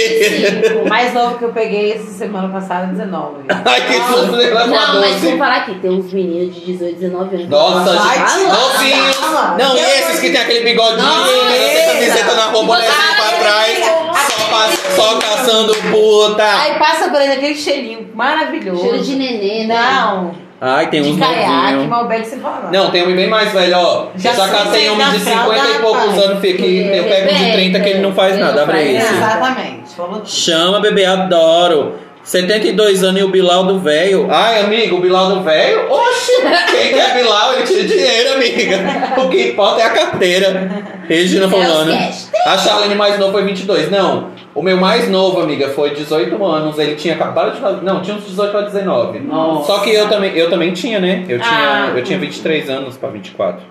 [SPEAKER 4] O mais novo que eu peguei essa semana passada, 19.
[SPEAKER 1] Ai, que susto, né? levar
[SPEAKER 2] Não, mas
[SPEAKER 1] doce.
[SPEAKER 2] vamos falar aqui, tem uns meninos de 18, 19 anos.
[SPEAKER 1] Nossa,
[SPEAKER 2] Vai
[SPEAKER 1] gente.
[SPEAKER 2] lá.
[SPEAKER 1] Docinhos. Não, e esses que tem aquele bigodinho, né? essa camiseta na romboleta pra trás, só, pa- só caçando puta.
[SPEAKER 4] Aí passa por ele aquele cheirinho maravilhoso.
[SPEAKER 2] Cheiro de nenê, né?
[SPEAKER 4] Não,
[SPEAKER 1] Ai, tem uns
[SPEAKER 4] de caiaque,
[SPEAKER 1] novinhos.
[SPEAKER 4] Malbec sem falar.
[SPEAKER 1] Não, tem um bem mais velho, ó. Já,
[SPEAKER 3] Já
[SPEAKER 1] já
[SPEAKER 3] sei,
[SPEAKER 1] catei
[SPEAKER 3] sei
[SPEAKER 1] um
[SPEAKER 3] da
[SPEAKER 1] de 50 e
[SPEAKER 3] fralda,
[SPEAKER 1] poucos
[SPEAKER 3] rapaz.
[SPEAKER 1] anos, fica, e eu pego um de 30 que ele não faz
[SPEAKER 2] Ele não
[SPEAKER 1] nada, abre
[SPEAKER 2] faz
[SPEAKER 1] esse.
[SPEAKER 2] nada.
[SPEAKER 4] Exatamente. Falou tudo.
[SPEAKER 1] Chama, bebê, adoro. 72 anos e o Bilal do velho. Ai, amigo, o Bilal do velho? Oxi! Quem quer Bilal, ele tira dinheiro, amiga. O que importa é a carteira.
[SPEAKER 2] É
[SPEAKER 1] Regina falando. né?
[SPEAKER 2] cash.
[SPEAKER 1] A Charlene mais novo foi 22. Não, o meu mais novo, amiga, foi 18 anos. Ele tinha acabado de fazer... Não, tinha uns 18 para 19.
[SPEAKER 4] Nossa.
[SPEAKER 1] Só que eu também, eu também tinha, né? Eu tinha,
[SPEAKER 4] Ah.
[SPEAKER 1] eu tinha 23 anos para 24.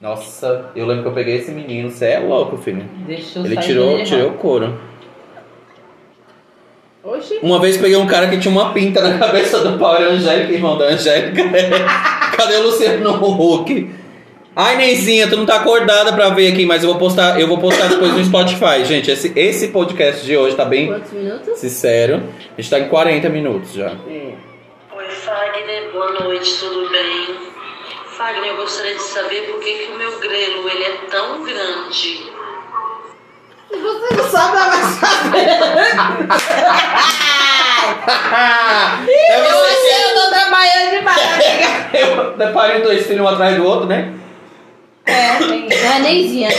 [SPEAKER 1] Nossa, eu lembro que eu peguei esse menino. Você é louco, filho.
[SPEAKER 4] Deixa eu
[SPEAKER 1] Ele
[SPEAKER 4] sair
[SPEAKER 1] tirou,
[SPEAKER 4] dele,
[SPEAKER 1] tirou o couro.
[SPEAKER 2] Oxi.
[SPEAKER 1] Uma vez peguei um cara que tinha uma pinta na cabeça do Power Angélica, irmão da Angélica. Cadê o Luciano Huck? Ai, Nenzinha, tu não tá acordada pra ver aqui, mas eu vou postar, eu vou postar depois no Spotify. Gente, esse, esse podcast de hoje tá bem
[SPEAKER 2] Quantos minutos?
[SPEAKER 1] sincero. A gente tá em 40 minutos já.
[SPEAKER 6] Oi, Fagner, boa noite, tudo bem? Fagner, eu gostaria de saber por que, que o meu grelo ele é tão grande.
[SPEAKER 3] Você não sabe, ela vai saber.
[SPEAKER 1] é
[SPEAKER 3] Eu tô trabalhando demais.
[SPEAKER 1] que eu deparei dois filhos um atrás do outro, né?
[SPEAKER 4] É, tem
[SPEAKER 2] Não é Neizinha, né?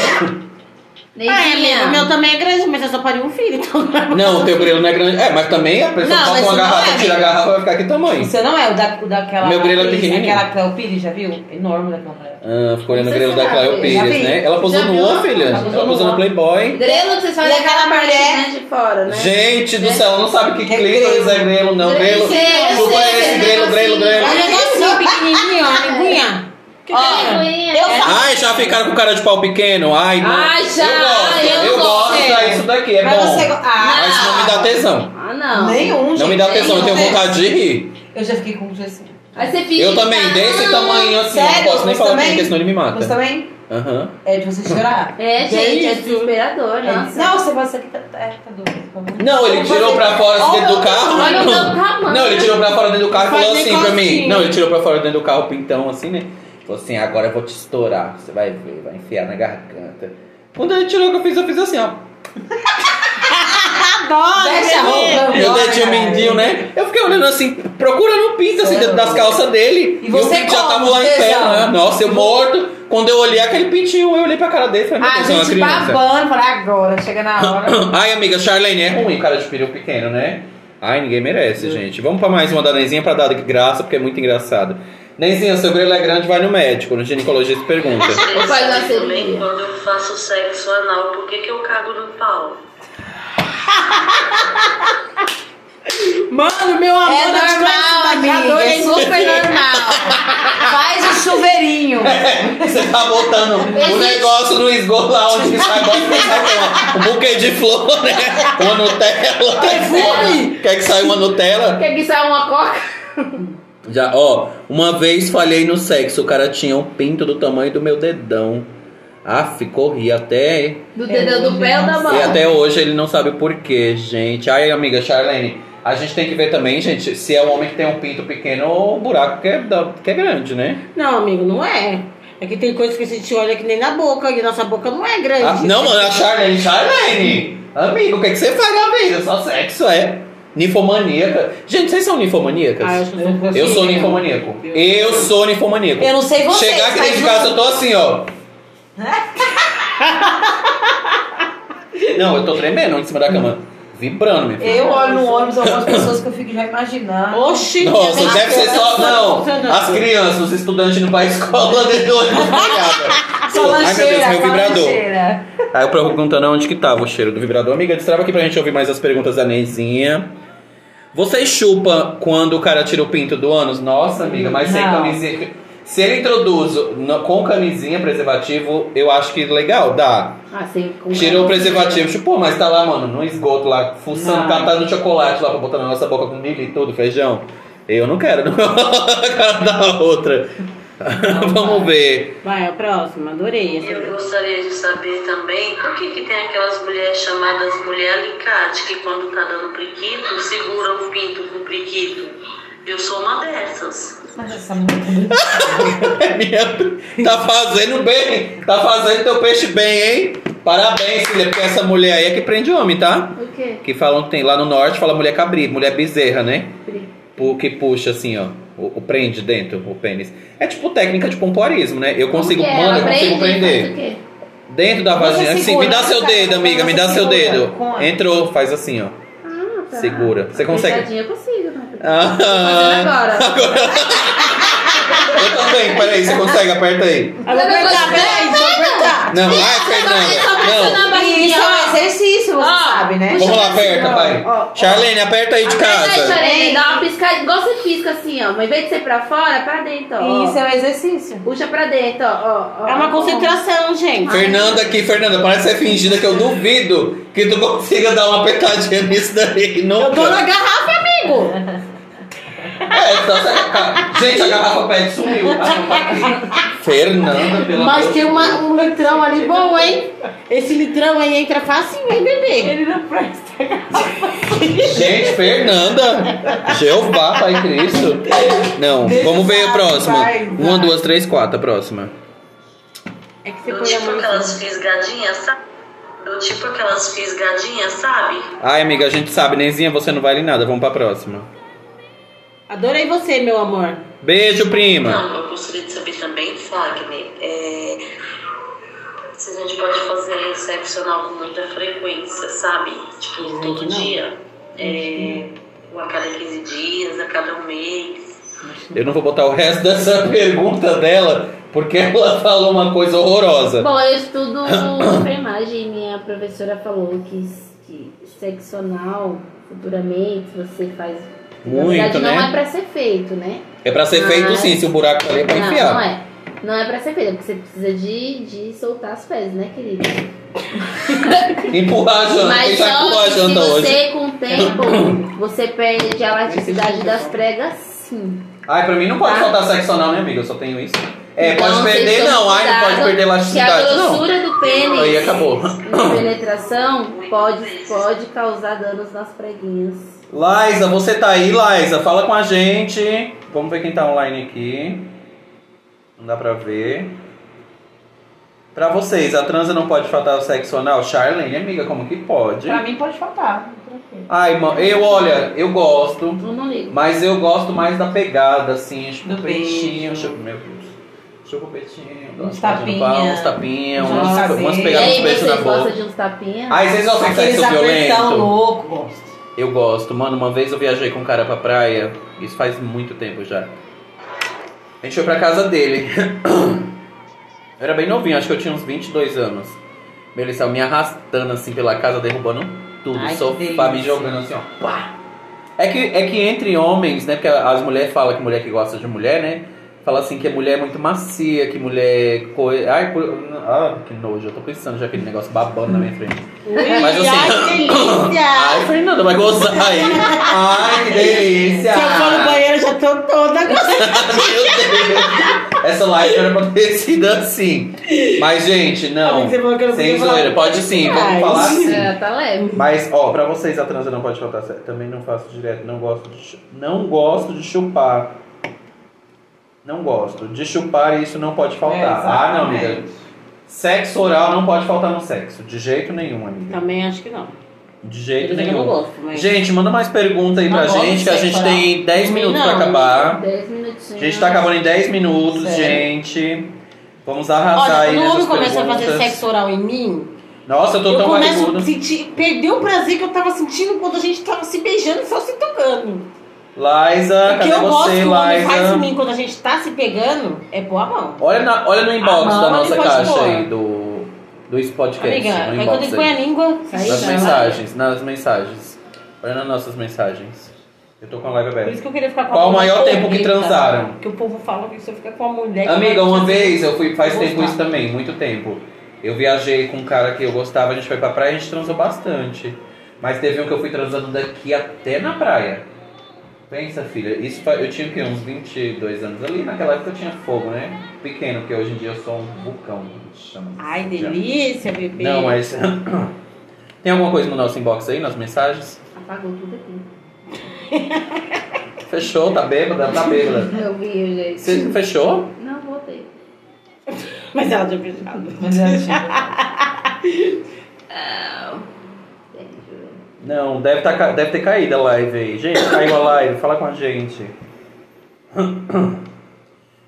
[SPEAKER 2] Neizinha.
[SPEAKER 3] Ah, é, meu, o meu também é grande, mas eu só parei um filho, então não é
[SPEAKER 1] Não, o teu grilo não é grande. É, mas também a pessoa
[SPEAKER 3] Não,
[SPEAKER 1] bota uma
[SPEAKER 3] mas isso não
[SPEAKER 1] garrafa,
[SPEAKER 3] é,
[SPEAKER 1] tira a
[SPEAKER 3] amigo.
[SPEAKER 1] garrafa, vai ficar que
[SPEAKER 4] O
[SPEAKER 1] tamanho.
[SPEAKER 4] seu não é o da, o daquela.
[SPEAKER 1] Meu grilo é
[SPEAKER 4] atriz,
[SPEAKER 1] pequenininho.
[SPEAKER 4] Aquela Cleo Pires, já viu? Enorme daquela mulher.
[SPEAKER 1] Ah, ficou olhando o
[SPEAKER 2] Não sei
[SPEAKER 1] grilo
[SPEAKER 2] se
[SPEAKER 1] da
[SPEAKER 2] ela
[SPEAKER 1] Cléo
[SPEAKER 2] viu.
[SPEAKER 1] Pires,
[SPEAKER 4] Já vi.
[SPEAKER 1] né? Ela posou
[SPEAKER 2] Já
[SPEAKER 1] no
[SPEAKER 2] viu?
[SPEAKER 1] ó, filha.
[SPEAKER 4] Ela posou
[SPEAKER 1] Ela
[SPEAKER 4] no
[SPEAKER 1] posou no
[SPEAKER 4] ó.
[SPEAKER 1] Playboy.
[SPEAKER 2] Grelo que vocês falam
[SPEAKER 4] E
[SPEAKER 2] é aquela
[SPEAKER 4] aquela
[SPEAKER 2] parte
[SPEAKER 4] mulher-
[SPEAKER 2] né, de fora, né?
[SPEAKER 1] Gente do céu, não sabe que
[SPEAKER 4] Que
[SPEAKER 1] clítoris é grelo, não. Grelo.
[SPEAKER 2] Grelo, grelo,
[SPEAKER 1] Desculpa esse grelo,
[SPEAKER 2] grelo,
[SPEAKER 1] grelo, grelo.
[SPEAKER 3] um
[SPEAKER 2] grelo.
[SPEAKER 3] negocinho pequenininho, ó, linguinha.
[SPEAKER 2] Que
[SPEAKER 3] Ó,
[SPEAKER 2] vergonha.
[SPEAKER 3] eu
[SPEAKER 2] É.
[SPEAKER 3] falo-
[SPEAKER 1] Ai, já ficaram com cara de pau pequeno? Ai, não.
[SPEAKER 2] Ai, já.
[SPEAKER 1] Eu gosto,
[SPEAKER 2] Ai, eu
[SPEAKER 1] eu gosto
[SPEAKER 2] gosto.
[SPEAKER 1] disso daqui, é
[SPEAKER 4] Mas
[SPEAKER 1] bom.
[SPEAKER 4] você go- Ah.
[SPEAKER 1] Mas não me dá tesão.
[SPEAKER 2] Ah, não.
[SPEAKER 4] Nenhum, gente.
[SPEAKER 1] Não me dá
[SPEAKER 4] nenhum.
[SPEAKER 1] tesão, eu tenho vontade de rir.
[SPEAKER 4] Eu já fiquei com um assim.
[SPEAKER 2] Aí você fica.
[SPEAKER 1] Eu também,
[SPEAKER 2] Ah,
[SPEAKER 1] desse tamanho assim, eu não
[SPEAKER 4] sério?
[SPEAKER 1] posso nem
[SPEAKER 4] Você
[SPEAKER 1] falar
[SPEAKER 4] também?
[SPEAKER 1] porque senão ele me mata.
[SPEAKER 4] Você também?
[SPEAKER 1] Aham.
[SPEAKER 4] É de você chorar?
[SPEAKER 2] É, gente, é desesperador, nossa.
[SPEAKER 4] Não, você você que tá. É, tá doido.
[SPEAKER 1] Não, ele tirou pra fora
[SPEAKER 4] Olha
[SPEAKER 1] dentro do
[SPEAKER 4] o
[SPEAKER 1] carro.
[SPEAKER 2] Olha o meu
[SPEAKER 1] Não.
[SPEAKER 2] tamanho.
[SPEAKER 1] Não,
[SPEAKER 4] né?
[SPEAKER 1] ele tirou pra fora dentro do carro e
[SPEAKER 3] Faz
[SPEAKER 1] falou assim pra mim.
[SPEAKER 3] negocinho.
[SPEAKER 1] Não, ele tirou pra fora dentro do carro, pintão, assim, né? Falou assim, agora eu vou te estourar. Você vai ver, vai enfiar na garganta. Quando ele tirou o que eu fiz, eu fiz assim, ó.
[SPEAKER 3] Adoro,
[SPEAKER 4] Deixa a
[SPEAKER 3] bebê.
[SPEAKER 4] roupa.
[SPEAKER 1] Meu
[SPEAKER 4] embora,
[SPEAKER 1] dedinho
[SPEAKER 4] cara.
[SPEAKER 1] mindinho, né? Eu fiquei olhando assim, procurando o pinto, assim, dentro das calças dele.
[SPEAKER 4] E você
[SPEAKER 1] o pinto já
[SPEAKER 4] como,
[SPEAKER 1] tava lá em pé,
[SPEAKER 4] tesão?
[SPEAKER 1] né? Nossa, eu morto. Quando eu olhei aquele pintinho, eu olhei pra cara dele e falei, meu
[SPEAKER 4] A
[SPEAKER 1] Deus, é uma
[SPEAKER 4] Ah, gente
[SPEAKER 1] criança.
[SPEAKER 4] babando, falei, agora, chega na hora.
[SPEAKER 1] Ai, amiga, Charlene, é ruim cara de peru pequeno, né? É. Ai, ninguém merece, gente. Vamos pra mais uma da Nenzinha pra dar graça, porque é muito engraçado. Nenzinha, seu grelo é grande, vai no médico. No ginecologista pergunta.
[SPEAKER 6] Queria
[SPEAKER 2] Vou fazer uma
[SPEAKER 6] saber também
[SPEAKER 2] cirurgia.
[SPEAKER 6] quando eu faço sexo anal, por que, que eu cago no pau?
[SPEAKER 3] Mano, meu amor,
[SPEAKER 4] É
[SPEAKER 3] eu te
[SPEAKER 4] normal,
[SPEAKER 3] conheço daqui a
[SPEAKER 4] amiga,
[SPEAKER 3] dois
[SPEAKER 4] é super
[SPEAKER 3] dias.
[SPEAKER 4] normal. Faz o chuveirinho.
[SPEAKER 1] Você tá botando o
[SPEAKER 2] Existe.
[SPEAKER 1] negócio no esgoto lá onde sai bota um buquê de flor, né? Uma Nutella.
[SPEAKER 3] Perfume.
[SPEAKER 1] Quer que saia uma Nutella?
[SPEAKER 2] Quer que saia uma coca?
[SPEAKER 1] Já, ó, uma vez falhei no sexo, o cara tinha um pinto do tamanho do meu dedão. Aff, corri até
[SPEAKER 2] Do dedão do pé ou da mão?
[SPEAKER 1] E até hoje ele não sabe o porquê, gente. Ai, amiga Charlene, a gente tem que ver também, gente, se é um homem que tem um pinto pequeno ou um buraco que é, da- que é grande, né?
[SPEAKER 3] Não, amigo, não é. É que tem coisas que a gente olha que nem na boca, e nossa boca não é grande.
[SPEAKER 1] Ah, não, mano, a Charlene, Charlene! Amigo, o que, que você faz na vida? Só sexo, é. Ninfomaníaca. Gente, vocês são ninfomaníacas?
[SPEAKER 3] Ah, eu sou um
[SPEAKER 1] eu sou ninfomaníaco. Eu sou ninfomaníaco.
[SPEAKER 4] Eu não sei vocês,
[SPEAKER 1] Chegar aqui dentro de
[SPEAKER 4] mas
[SPEAKER 1] casa, eu tô assim, ó. não, eu tô tremendo em cima da cama. Vibrando, minha filha.
[SPEAKER 4] Eu olho no ônibus algumas pessoas que eu fico já imaginando.
[SPEAKER 3] Oxi,
[SPEAKER 1] Nossa,
[SPEAKER 3] minha
[SPEAKER 1] deve ser
[SPEAKER 3] cabeça
[SPEAKER 1] só.
[SPEAKER 3] tá
[SPEAKER 1] Não,
[SPEAKER 3] funcionando.
[SPEAKER 1] as crianças, os estudantes indo pra escola dentro do ônibus pegada. Ai meu Deus, meu vibrador.
[SPEAKER 4] falancheira.
[SPEAKER 1] Aí eu perguntando onde que tava o cheiro do vibrador. Amiga, destrava aqui pra gente ouvir mais as perguntas da Neizinha. Vocês chupam quando o cara tira o pinto do ânus? Nossa, amiga, mas sem
[SPEAKER 4] Não.
[SPEAKER 1] camisinha. Se ele introduz no- com camisinha, preservativo, eu acho que legal, dá.
[SPEAKER 2] Ah, sem com-
[SPEAKER 1] Tirou o preservativo, tipo, pô, mas tá lá, mano, no esgoto lá, fuçando,
[SPEAKER 4] Não.
[SPEAKER 1] catando chocolate lá pra botar na nossa boca com milho e tudo, feijão. Eu não quero, não. A cara da outra. Vamos ver.
[SPEAKER 3] Vai, a próxima, adorei. essa.
[SPEAKER 6] Eu gostaria de saber também por que, que tem aquelas mulheres chamadas mulher alicate que quando tá dando priquito, segura o pinto com o priquito. Eu sou uma dessas.
[SPEAKER 4] Mas essa é mulher.
[SPEAKER 1] tá fazendo bem. Tá fazendo teu peixe bem, hein? Parabéns, filha, porque essa mulher aí é que prende homem, tá?
[SPEAKER 2] O quê?
[SPEAKER 1] Que falam que tem lá no norte, fala mulher cabri, mulher bezerra, né?
[SPEAKER 2] Pri-
[SPEAKER 1] Pu- Que puxa assim, ó. O, o prende dentro, o pênis. É tipo técnica de pompoarismo, né? Eu consigo,
[SPEAKER 2] Como que é?
[SPEAKER 1] mano, eu
[SPEAKER 2] Ela
[SPEAKER 1] consigo
[SPEAKER 2] prende,
[SPEAKER 1] prender.
[SPEAKER 2] faz o quê?
[SPEAKER 1] Dentro da
[SPEAKER 4] Você
[SPEAKER 1] vagina, assim,
[SPEAKER 4] segura,
[SPEAKER 1] me dá seu
[SPEAKER 4] sabe?
[SPEAKER 1] dedo, amiga, me dá
[SPEAKER 4] Você
[SPEAKER 1] seu
[SPEAKER 4] segura,
[SPEAKER 1] dedo.
[SPEAKER 4] com-
[SPEAKER 1] Entrou, faz assim, ó.
[SPEAKER 2] Ah, tá.
[SPEAKER 1] Segura. Você consegue?
[SPEAKER 2] Fechadinha eu consigo. né? Fazendo
[SPEAKER 1] Ah,
[SPEAKER 2] agora.
[SPEAKER 1] eu também, peraí, você consegue? Aperta aí.
[SPEAKER 3] Ah, vou apertar, peraí, deixa eu apertar.
[SPEAKER 2] Tá
[SPEAKER 1] Não, vai,
[SPEAKER 3] assim,
[SPEAKER 1] Fernanda.
[SPEAKER 2] pressionar a barriguinha,
[SPEAKER 4] Isso é
[SPEAKER 2] ó.
[SPEAKER 4] um exercício, você
[SPEAKER 2] Ó,
[SPEAKER 4] sabe, né?
[SPEAKER 1] Não. Vamos lá, aperta, vai. Charlene, aperta aí de
[SPEAKER 2] Aperta aí,
[SPEAKER 1] casa.
[SPEAKER 2] Charene, dá uma piscada, igual você pisca assim, ó. Mas em vez de ser pra fora, pra dentro, ó.
[SPEAKER 4] Isso é um exercício.
[SPEAKER 2] Puxa pra dentro, ó, ó. ó.
[SPEAKER 3] É uma concentração, gente.
[SPEAKER 1] Fernanda aqui, Fernanda, parece ser fingida que eu duvido que tu consiga dar uma apertadinha nisso daí.
[SPEAKER 3] Eu tô na
[SPEAKER 1] Nunca.
[SPEAKER 3] garrafa, amigo.
[SPEAKER 1] É, só se a garrafa- Gente, a garrafa pet sumiu. Fernanda, pelo amor
[SPEAKER 3] Mas
[SPEAKER 1] de
[SPEAKER 3] tem
[SPEAKER 1] Deus.
[SPEAKER 3] uma- um litrão ali bom, hein? Esse litrão aí entra facinho, hein, bebê?
[SPEAKER 4] Ele não presta.
[SPEAKER 1] Gente, Fernanda! Jeová, Pai Cristo! Não,
[SPEAKER 4] Deixa
[SPEAKER 1] vamos ver
[SPEAKER 4] eu
[SPEAKER 1] a
[SPEAKER 4] falar,
[SPEAKER 1] próxima.
[SPEAKER 4] vai, vai.
[SPEAKER 1] Uma, duas, três, quatro, a próxima.
[SPEAKER 3] É que você
[SPEAKER 6] Do
[SPEAKER 3] põe a
[SPEAKER 6] tipo
[SPEAKER 3] mão.
[SPEAKER 6] aquelas fisgadinhas, sabe? Do tipo aquelas fisgadinhas, sabe?
[SPEAKER 1] Ai, amiga, a gente sabe, Nenzinha, você não vale nada. Vamos pra próxima.
[SPEAKER 3] Adorei você, meu amor.
[SPEAKER 1] Beijo, prima!
[SPEAKER 6] Não, eu gostaria de saber também, Fagner, é, se a gente pode fazer sexo anal com muita frequência, sabe? Tipo, todo dia. É, ou a cada 15 dias, a cada um mês.
[SPEAKER 1] Eu não vou botar o resto dessa pergunta dela, porque ela falou uma coisa horrorosa.
[SPEAKER 2] Bom, eu estudo enfermagem e minha professora falou que, que sexo anal, futuramente, você faz. Na
[SPEAKER 1] Muito,
[SPEAKER 2] verdade, não é
[SPEAKER 1] né?
[SPEAKER 2] pra ser feito, né?
[SPEAKER 1] É pra ser feito sim, se o buraco tá ali é pra
[SPEAKER 2] Não, não
[SPEAKER 1] enfiar.
[SPEAKER 2] é. Não é pra ser feito, é porque você precisa de, de soltar as fezes, né, querida?
[SPEAKER 1] Empurrar a janta,
[SPEAKER 2] Mas
[SPEAKER 1] Ah, quem tá vai empurrar
[SPEAKER 2] só
[SPEAKER 1] a
[SPEAKER 2] que se
[SPEAKER 1] janta hoje?
[SPEAKER 2] você, com o tempo, você perde a elasticidade das pregas, sim.
[SPEAKER 1] Ai, pra mim não pode
[SPEAKER 2] Tá.
[SPEAKER 1] faltar sexo anal, né, amiga? Eu só tenho isso. É,
[SPEAKER 2] Então,
[SPEAKER 1] pode
[SPEAKER 2] vocês
[SPEAKER 1] perder,
[SPEAKER 2] tomem
[SPEAKER 1] não. Ai, não pode
[SPEAKER 2] cuidado,
[SPEAKER 1] perder
[SPEAKER 2] Que a
[SPEAKER 1] elasticidade, não.
[SPEAKER 2] grossura do pênis
[SPEAKER 1] Aí acabou.
[SPEAKER 2] na penetração pode, pode causar danos nas preguinhas.
[SPEAKER 1] Laisa, você tá aí, Laisa? Fala com a gente. Vamos ver quem tá online aqui. Não dá pra ver. Pra vocês, a transa não pode faltar o sexo anal? Charlene, amiga, como que pode?
[SPEAKER 4] Pra mim pode faltar. tranquilo.
[SPEAKER 1] Ai, mano, eu, olha, eu gosto.
[SPEAKER 2] Eu não ligo.
[SPEAKER 1] Mas eu gosto mais da pegada, assim, chupa o
[SPEAKER 4] Do
[SPEAKER 1] peitinho,
[SPEAKER 4] beijo.
[SPEAKER 1] chupa, meu Deus. Chupa o peitinho, dá
[SPEAKER 4] Uns
[SPEAKER 1] umas pegadas no pau,
[SPEAKER 4] tapinha.
[SPEAKER 1] uns tapinhas,
[SPEAKER 4] Uns
[SPEAKER 1] umas,
[SPEAKER 4] passeio.
[SPEAKER 1] umas
[SPEAKER 4] E
[SPEAKER 2] E
[SPEAKER 1] pegadas
[SPEAKER 2] aí,
[SPEAKER 1] nos beijos na
[SPEAKER 2] vocês
[SPEAKER 1] boca.
[SPEAKER 2] gostam de uns tapinhas?
[SPEAKER 1] Ai, vocês gostam de
[SPEAKER 4] Aqueles
[SPEAKER 1] sexo
[SPEAKER 4] apertão
[SPEAKER 1] violento?
[SPEAKER 4] louco, gosto.
[SPEAKER 1] Eu gosto, mano. Uma vez eu viajei com um cara pra praia, isso faz muito tempo já. A gente foi pra casa dele. eu era bem novinho, acho que eu tinha uns 22 anos. Meu, Ele saiu me arrastando assim pela casa, derrubando tudo,
[SPEAKER 4] Ai, que
[SPEAKER 1] sofá, me
[SPEAKER 4] delícia.
[SPEAKER 1] jogando assim, ó. Pá! É que, é que entre homens, né? Porque as mulheres falam que mulher que gosta de mulher, né? Fala assim que a mulher é muito macia, que mulher. Co... Ai, por... ah, que nojo, eu tô pensando já aquele negócio babando na minha frente.
[SPEAKER 3] Ui,
[SPEAKER 1] Mas Ah, assim-
[SPEAKER 3] ai, que delícia.
[SPEAKER 1] Ai, Fernanda, vai gozar aí. Ai, que delícia.
[SPEAKER 3] Se eu for no banheiro, eu já tô toda gostosa.
[SPEAKER 1] Meu Deus. Essa live era pra ter sido assim. Mas, gente, não.
[SPEAKER 3] Você falou que eu não
[SPEAKER 1] Sem
[SPEAKER 3] podia falar.
[SPEAKER 1] zoeira. Pode sim, vamos
[SPEAKER 3] Ai.
[SPEAKER 1] falar sim.
[SPEAKER 2] É, tá leve.
[SPEAKER 1] Mas, ó, pra vocês a transa não pode faltar. sério. Também não faço direto. Não gosto de, chu- não gosto de chupar. Não gosto. De chupar isso não pode faltar.
[SPEAKER 4] É,
[SPEAKER 1] ah, não, amiga.
[SPEAKER 4] exatamente.
[SPEAKER 1] Sexo oral não pode faltar no sexo. De jeito nenhum, amiga.
[SPEAKER 3] Também acho que não.
[SPEAKER 1] De jeito
[SPEAKER 3] Eu
[SPEAKER 1] nenhum.
[SPEAKER 3] não gosto, mas...
[SPEAKER 1] Gente, manda mais pergunta aí
[SPEAKER 4] Não
[SPEAKER 1] pra
[SPEAKER 4] gosto
[SPEAKER 1] gente,
[SPEAKER 4] de
[SPEAKER 1] que a gente
[SPEAKER 4] separar.
[SPEAKER 1] tem 10 minutos pra
[SPEAKER 3] Não.
[SPEAKER 1] acabar.
[SPEAKER 2] 10
[SPEAKER 1] Tá. A
[SPEAKER 2] minutinhos.
[SPEAKER 1] gente tá acabando em 10 minutos,
[SPEAKER 4] Sério?
[SPEAKER 1] gente. Vamos arrasar
[SPEAKER 3] Olha,
[SPEAKER 1] aí
[SPEAKER 3] quando o
[SPEAKER 1] nessas
[SPEAKER 3] homem começa a
[SPEAKER 1] perguntas.
[SPEAKER 3] fazer sexo oral em mim,
[SPEAKER 1] Nossa, eu tô
[SPEAKER 3] eu
[SPEAKER 1] tão
[SPEAKER 3] começo a
[SPEAKER 1] barrigudo.
[SPEAKER 3] sentir... Perder o prazer que eu tava sentindo quando a gente tava se beijando e só se tocando.
[SPEAKER 1] Liza,
[SPEAKER 3] o que
[SPEAKER 1] Ah, cadê
[SPEAKER 3] eu gosto
[SPEAKER 1] você,
[SPEAKER 3] que o homem faz em
[SPEAKER 1] Liza?
[SPEAKER 3] mim quando a gente tá se pegando é pôr a mão.
[SPEAKER 1] Olha, na- olha no inbox
[SPEAKER 3] mão,
[SPEAKER 1] da
[SPEAKER 3] Ah, ele
[SPEAKER 1] nossa
[SPEAKER 3] pode
[SPEAKER 1] caixa
[SPEAKER 3] pôr.
[SPEAKER 1] aí do, do esse podcast.
[SPEAKER 3] Amiga,
[SPEAKER 1] no
[SPEAKER 3] aí
[SPEAKER 1] inbox
[SPEAKER 3] quando ele põe a né?
[SPEAKER 1] aí.
[SPEAKER 3] língua...
[SPEAKER 4] Aí
[SPEAKER 1] Nas
[SPEAKER 4] chama.
[SPEAKER 1] mensagens, nas mensagens. Olha nas nossas mensagens. Eu tô com a live
[SPEAKER 3] Por
[SPEAKER 1] aberta.
[SPEAKER 3] isso que eu queria ficar com
[SPEAKER 1] Qual o
[SPEAKER 3] mulher
[SPEAKER 1] maior tempo que
[SPEAKER 3] bonita,
[SPEAKER 1] transaram?
[SPEAKER 3] Que o povo fala que você fica com a mulher. que
[SPEAKER 1] Amiga,
[SPEAKER 3] vai te
[SPEAKER 1] uma
[SPEAKER 3] fazer
[SPEAKER 1] vez eu fui, faz tempo
[SPEAKER 3] gostar.
[SPEAKER 1] isso também, muito tempo. Eu viajei com um cara que eu gostava, a gente foi pra praia e a gente transou bastante. Mas teve um que eu fui transando daqui até na praia. Pensa, filha, isso fa- eu tinha o quê? Uns 22 anos ali. Naquela época eu tinha fogo, né? Pequeno, porque hoje em dia eu sou um vulcão. Chama
[SPEAKER 3] Ai, delícia, bebê.
[SPEAKER 1] Não, mas. Tem alguma coisa no nosso inbox aí, nas mensagens?
[SPEAKER 2] Apagou tudo aqui.
[SPEAKER 1] Fechou, tá bêbada? Tá bêbada.
[SPEAKER 2] Eu vi, gente.
[SPEAKER 1] Você fechou?
[SPEAKER 2] Não, voltei.
[SPEAKER 3] Mas ela já fechado.
[SPEAKER 4] Mas é assim, ela tinha-
[SPEAKER 1] Não, deve, tá, ca- deve ter caído a live aí. Gente, caiu a live, fala com a gente.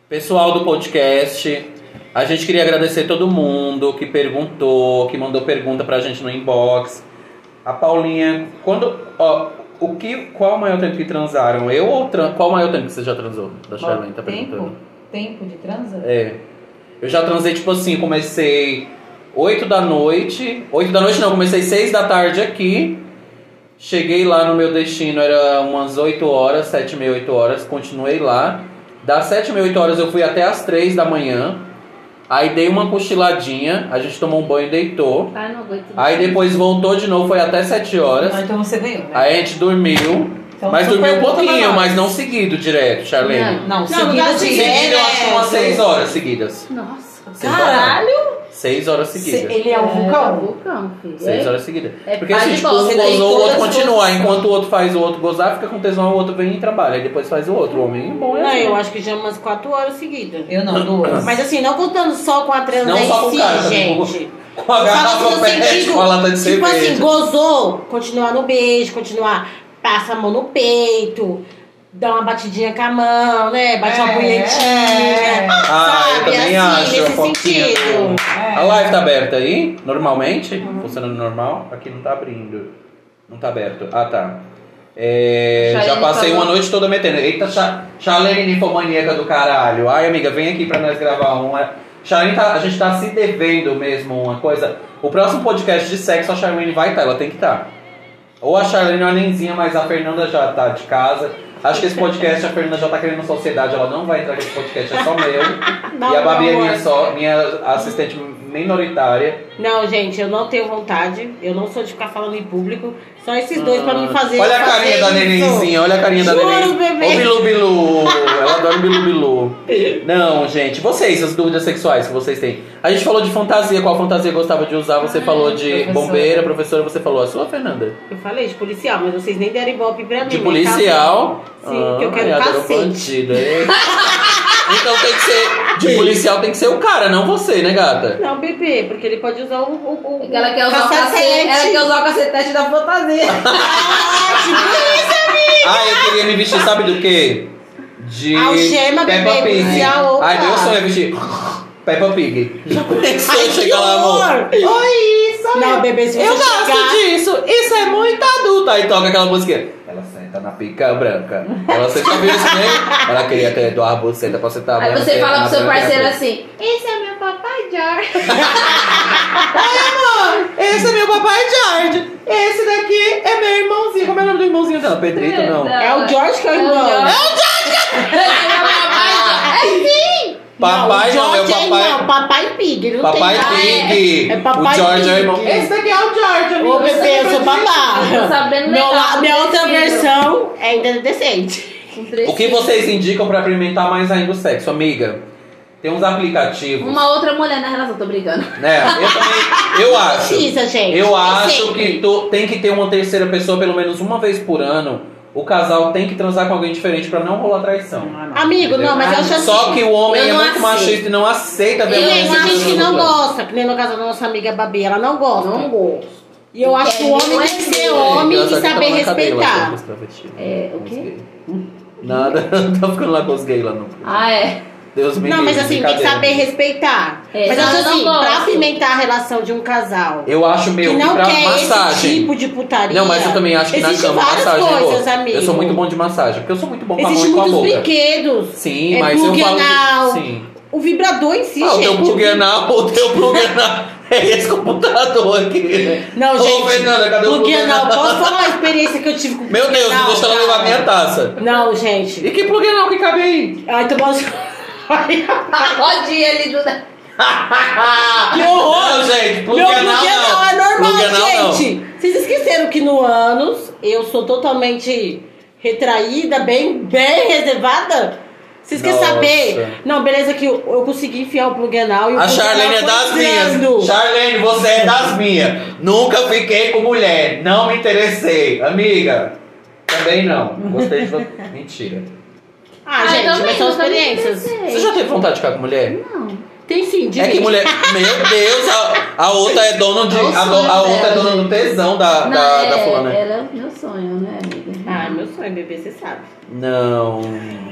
[SPEAKER 1] Pessoal do podcast, a gente queria agradecer todo mundo que perguntou, que mandou pergunta pra gente no inbox. A Paulinha, quando. Ó, o que, qual o maior tempo que transaram? Eu ou tran, qual o maior tempo que você já transou? Da Charlene, tá perguntando.
[SPEAKER 4] Tempo? Tempo de transa?
[SPEAKER 1] É. Eu já transei, tipo assim, comecei 8 da noite. 8 da noite não, comecei 6 da tarde aqui. Cheguei lá no meu destino, era umas 8 horas, 7 e meia, 8 horas. Continuei lá. Das 7 e meia, 8 horas eu fui até as 3 da manhã. Aí dei uma cochiladinha, a gente tomou um banho e deitou.
[SPEAKER 2] Tá, não aguento.
[SPEAKER 1] Aí depois voltou de novo, foi até 7
[SPEAKER 4] Ah,
[SPEAKER 1] horas.
[SPEAKER 4] então você ganhou, né?
[SPEAKER 1] Aí a gente dormiu,
[SPEAKER 4] Então,
[SPEAKER 1] mas
[SPEAKER 4] tu
[SPEAKER 1] dormiu um
[SPEAKER 4] pergunta pra
[SPEAKER 1] pouquinho,
[SPEAKER 4] nós.
[SPEAKER 1] mas não seguido direto, Charlene.
[SPEAKER 4] Não, não,
[SPEAKER 3] dá
[SPEAKER 4] é. seguida de...
[SPEAKER 3] seguido.
[SPEAKER 1] Seguido, eu acho que umas 6 horas seguidas.
[SPEAKER 2] Nossa.
[SPEAKER 1] Seis horas.
[SPEAKER 3] Caralho!
[SPEAKER 1] Seis horas
[SPEAKER 4] Se-
[SPEAKER 1] seguidas.
[SPEAKER 4] Ele é um vulcão?
[SPEAKER 2] vulcão, filho.
[SPEAKER 1] Seis horas seguidas.
[SPEAKER 2] É
[SPEAKER 1] Porque
[SPEAKER 2] pai
[SPEAKER 1] assim,
[SPEAKER 2] de
[SPEAKER 1] tipo,
[SPEAKER 2] bola,
[SPEAKER 1] um
[SPEAKER 2] você
[SPEAKER 3] né?
[SPEAKER 2] tem
[SPEAKER 1] gozou, o outro
[SPEAKER 2] todas as
[SPEAKER 1] continua.
[SPEAKER 2] condições.
[SPEAKER 1] Enquanto o outro faz o outro gozar, fica com tesão, o outro vem e trabalha. Aí depois faz o outro. O homem é bom, é
[SPEAKER 3] Não,
[SPEAKER 1] assim.
[SPEAKER 3] eu acho que já umas 4 horas seguidas.
[SPEAKER 4] Eu não, duas.
[SPEAKER 3] Mas assim, não contando só com a transa
[SPEAKER 1] Não
[SPEAKER 3] em
[SPEAKER 1] só com tipo, o
[SPEAKER 3] si,
[SPEAKER 1] cara, também com-
[SPEAKER 3] assim, gente.
[SPEAKER 1] Com a
[SPEAKER 3] Eu falo assim
[SPEAKER 1] garrafa
[SPEAKER 3] no
[SPEAKER 1] pet,
[SPEAKER 3] sentido,
[SPEAKER 1] com a lata de
[SPEAKER 3] Tipo
[SPEAKER 1] cerveja.
[SPEAKER 3] assim, gozou, continuar no beijo, continuar, passa a mão no peito, dá uma batidinha com a mão, né? Bate uma
[SPEAKER 4] É.
[SPEAKER 3] punhetinha.
[SPEAKER 4] É.
[SPEAKER 1] ah, eu
[SPEAKER 3] sabe,
[SPEAKER 1] também
[SPEAKER 3] assim,
[SPEAKER 1] acho.
[SPEAKER 3] nesse
[SPEAKER 1] a fotinha do-
[SPEAKER 3] sentido.
[SPEAKER 1] A live tá aberta aí? Normalmente? Funcionando normal? Aqui não tá abrindo. Não tá aberto. Ah, tá. É, já
[SPEAKER 2] Charlene
[SPEAKER 1] passei
[SPEAKER 2] falou-
[SPEAKER 1] uma noite toda metendo. Eita, Cha- Charlene ninfomaníaca do caralho. Ai, amiga, vem aqui pra nós gravar uma. Charlene, tá- a gente tá se devendo mesmo uma coisa. O próximo podcast de sexo a Charlene vai estar, ela tem que estar. Ou a Charlene ou a Nenzinha, mas a Fernanda já tá de casa. Acho que esse podcast, a Fernanda já tá querendo sociedade, ela não vai entrar nesse podcast, é só meu.
[SPEAKER 3] Não,
[SPEAKER 1] e a Babi é
[SPEAKER 3] não,
[SPEAKER 1] minha,
[SPEAKER 3] um amor.
[SPEAKER 1] só, minha assistente minoritária.
[SPEAKER 3] Não, gente, eu não tenho vontade. Eu não sou de ficar falando em público. Só esses dois pra me fazer.
[SPEAKER 1] Ah. Olha a
[SPEAKER 3] fazer
[SPEAKER 1] carinha da
[SPEAKER 3] isso.
[SPEAKER 1] nenenzinha, olha a carinha da
[SPEAKER 3] Juro,
[SPEAKER 1] nenenzinha.
[SPEAKER 3] bebê.
[SPEAKER 1] Ô Bilu Bilu, ela adora o Bilu Bilu. Não, gente, vocês, as dúvidas sexuais que vocês têm. A gente falou de fantasia, qual fantasia gostava de usar,
[SPEAKER 3] Ah,
[SPEAKER 1] você falou de
[SPEAKER 4] professora.
[SPEAKER 1] bombeira, professora, você falou a sua, Fernanda?
[SPEAKER 3] Eu falei de policial, mas vocês nem deram ibope pra mim.
[SPEAKER 1] De
[SPEAKER 3] né?
[SPEAKER 1] policial. Ah, é,
[SPEAKER 3] Tá bom. Sim, porque eu quero
[SPEAKER 1] adoro
[SPEAKER 3] cacete.
[SPEAKER 1] bandido, é. Então tem que ser, de policial tem que ser o cara, não você, né gata?
[SPEAKER 3] Não, bebê, porque ele pode usar o. o, o
[SPEAKER 2] É Ela quer usar o cacete. Ela quer usar o cacetete da fantasia.
[SPEAKER 1] Ah, eu queria me vestir, sabe do quê? De
[SPEAKER 3] Algema,
[SPEAKER 1] Peppa
[SPEAKER 3] bebê,
[SPEAKER 1] Pig.
[SPEAKER 3] policial, opa.
[SPEAKER 1] Ai, meu sonho é vestir Peppa Pig. Já
[SPEAKER 3] Ai,
[SPEAKER 1] pensou
[SPEAKER 3] que
[SPEAKER 1] chegar lá, amor?
[SPEAKER 3] horror! Não, bebê, se você
[SPEAKER 1] Eu
[SPEAKER 3] chegar.
[SPEAKER 1] gosto disso. Isso é muito adulto. Aí toca aquela musiquinha. Ela senta na pica branca. Ela senta viu isso mesmo? Ela queria ter Eduardo Buceta pra sentar a
[SPEAKER 2] Aí
[SPEAKER 1] branca,
[SPEAKER 2] você fala
[SPEAKER 1] é na
[SPEAKER 2] pro seu
[SPEAKER 1] branca, né?
[SPEAKER 2] parceiro
[SPEAKER 1] branca.
[SPEAKER 2] assim: Esse é meu papai George.
[SPEAKER 1] Esse é meu papai George. Esse daqui é meu irmãozinho. Como é o nome do irmãozinho dela? Pedrito, não.
[SPEAKER 3] É o George que
[SPEAKER 1] Tá
[SPEAKER 3] é o irmão.
[SPEAKER 2] é
[SPEAKER 3] Ah,
[SPEAKER 1] Ah,
[SPEAKER 3] é
[SPEAKER 1] Papai não,
[SPEAKER 3] o
[SPEAKER 1] é o
[SPEAKER 3] George
[SPEAKER 1] papai.
[SPEAKER 3] irmão, papai Pig. ele Não
[SPEAKER 1] Papai
[SPEAKER 3] tem nada.
[SPEAKER 1] Pig.
[SPEAKER 3] É papai
[SPEAKER 1] o George é o
[SPEAKER 3] Pig.
[SPEAKER 1] irmão. Esse daqui é o George, amigo.
[SPEAKER 3] Ô, bebê, eu sou
[SPEAKER 2] Tô
[SPEAKER 3] babá.
[SPEAKER 2] sabendo
[SPEAKER 3] Meu,
[SPEAKER 2] legal.
[SPEAKER 3] la- minha
[SPEAKER 2] desse
[SPEAKER 3] outra
[SPEAKER 2] livro.
[SPEAKER 3] versão é ainda decente.
[SPEAKER 2] Um
[SPEAKER 1] O que
[SPEAKER 2] trechinho.
[SPEAKER 1] vocês indicam pra apimentar mais ainda o sexo, amiga? Tem uns aplicativos,
[SPEAKER 2] Uma outra mulher na relação, tô brincando.
[SPEAKER 1] né? Eu também, eu acho.
[SPEAKER 3] Precisa, gente.
[SPEAKER 1] Eu
[SPEAKER 3] É
[SPEAKER 1] acho
[SPEAKER 3] sempre.
[SPEAKER 1] que tu- tem que ter uma terceira pessoa pelo menos uma vez por ano. O casal tem que transar com alguém diferente pra não rolar traição.
[SPEAKER 3] Amigo, não, mas eu acho assim.
[SPEAKER 1] Só que o homem
[SPEAKER 2] eu
[SPEAKER 1] é
[SPEAKER 2] não
[SPEAKER 1] muito
[SPEAKER 2] aceito.
[SPEAKER 1] machista e não aceita ver
[SPEAKER 2] Eu
[SPEAKER 1] alguém
[SPEAKER 3] Tem
[SPEAKER 1] transando
[SPEAKER 3] gente que
[SPEAKER 1] no
[SPEAKER 3] não
[SPEAKER 1] plano.
[SPEAKER 3] gosta, que nem no caso da nossa amiga Babi, ela não gosta.
[SPEAKER 2] Não gosto.
[SPEAKER 3] E eu acho que o homem
[SPEAKER 2] Não é
[SPEAKER 3] tem que ser
[SPEAKER 2] meu.
[SPEAKER 3] homem
[SPEAKER 1] Ela tá
[SPEAKER 3] e
[SPEAKER 1] só fica
[SPEAKER 3] saber
[SPEAKER 1] lá na cadeira, né? lá com
[SPEAKER 3] respeitar.
[SPEAKER 1] os travestis.
[SPEAKER 2] É, o
[SPEAKER 1] Com os
[SPEAKER 2] quê?
[SPEAKER 1] gays. Nada, tá ficando lá com os gays lá no.
[SPEAKER 2] Ah, é.
[SPEAKER 1] Deus me
[SPEAKER 3] Não,
[SPEAKER 1] livre,
[SPEAKER 3] mas assim, tem que
[SPEAKER 1] brincadeira.
[SPEAKER 3] saber respeitar.
[SPEAKER 2] É,
[SPEAKER 3] mas eu
[SPEAKER 2] não,
[SPEAKER 3] acho
[SPEAKER 2] eu não
[SPEAKER 3] assim, pra
[SPEAKER 2] gosto.
[SPEAKER 3] apimentar a relação de um casal
[SPEAKER 1] Eu acho meio
[SPEAKER 3] que
[SPEAKER 1] que,
[SPEAKER 3] não
[SPEAKER 1] pra
[SPEAKER 3] quer
[SPEAKER 1] massagem.
[SPEAKER 3] esse tipo de putaria.
[SPEAKER 1] Não, mas eu também acho que
[SPEAKER 3] Existe
[SPEAKER 1] na cama
[SPEAKER 3] várias
[SPEAKER 1] massagem é boa.
[SPEAKER 3] coisas, amigo.
[SPEAKER 1] Eu sou muito bom de massagem, porque eu sou muito bom com a mão
[SPEAKER 3] Existem
[SPEAKER 1] e com a
[SPEAKER 3] muitos
[SPEAKER 1] boca.
[SPEAKER 3] brinquedos.
[SPEAKER 1] Sim,
[SPEAKER 3] É
[SPEAKER 1] mas eu
[SPEAKER 3] plug
[SPEAKER 1] falo.
[SPEAKER 3] anal.
[SPEAKER 1] Sim.
[SPEAKER 3] O vibrador em si,
[SPEAKER 1] ah, o
[SPEAKER 3] gente.
[SPEAKER 1] teu um plug anal, o teu plug anal. É esse computador aqui.
[SPEAKER 3] Não,
[SPEAKER 1] Ô,
[SPEAKER 3] gente.
[SPEAKER 1] Fernanda, cadê o
[SPEAKER 3] Pluguenal?
[SPEAKER 1] Pluguenal?
[SPEAKER 3] Posso falar a experiência que eu tive com o
[SPEAKER 1] Meu Deus,
[SPEAKER 3] Pluguenal,
[SPEAKER 1] deixa ela
[SPEAKER 3] cara?
[SPEAKER 1] levar minha taça.
[SPEAKER 3] Não, gente.
[SPEAKER 1] E que pluguenal que cabe aí?
[SPEAKER 3] Ai, tu posso. Ai,
[SPEAKER 2] Rodinha ali do.
[SPEAKER 3] Que horror!
[SPEAKER 1] Não, gente,
[SPEAKER 3] Meu
[SPEAKER 1] pluguenal
[SPEAKER 3] Pluguenal
[SPEAKER 1] não.
[SPEAKER 3] é normal,
[SPEAKER 1] Pluguenal
[SPEAKER 3] gente. Vocês esqueceram que no anos eu sou totalmente retraída, bem, bem reservada? Vocês querem
[SPEAKER 1] Nossa.
[SPEAKER 3] saber? Não, beleza, que eu, eu consegui enfiar o Pluguenal e o
[SPEAKER 1] A Charlene é
[SPEAKER 3] tá
[SPEAKER 1] das minhas. Charlene, você é das minhas. Nunca fiquei com mulher. Não me interessei. Amiga, também não. Gostei de você. Mentira.
[SPEAKER 3] Ah,
[SPEAKER 2] Ah,
[SPEAKER 3] gente,
[SPEAKER 2] também,
[SPEAKER 3] mas são
[SPEAKER 2] nunca me
[SPEAKER 3] experiências.
[SPEAKER 2] interessei.
[SPEAKER 1] Você já teve vontade de ficar com mulher?
[SPEAKER 2] Não.
[SPEAKER 3] Tem sim, de
[SPEAKER 1] É que mulher. Meu Deus, a, a outra é dona de. A, do- a outra é dona do tesão da,
[SPEAKER 2] Não,
[SPEAKER 1] da,
[SPEAKER 2] é,
[SPEAKER 1] da fulana. né?
[SPEAKER 2] Era o meu sonho, né, amiga?
[SPEAKER 3] Ah, meu sonho, bebê, você sabe.
[SPEAKER 1] Não.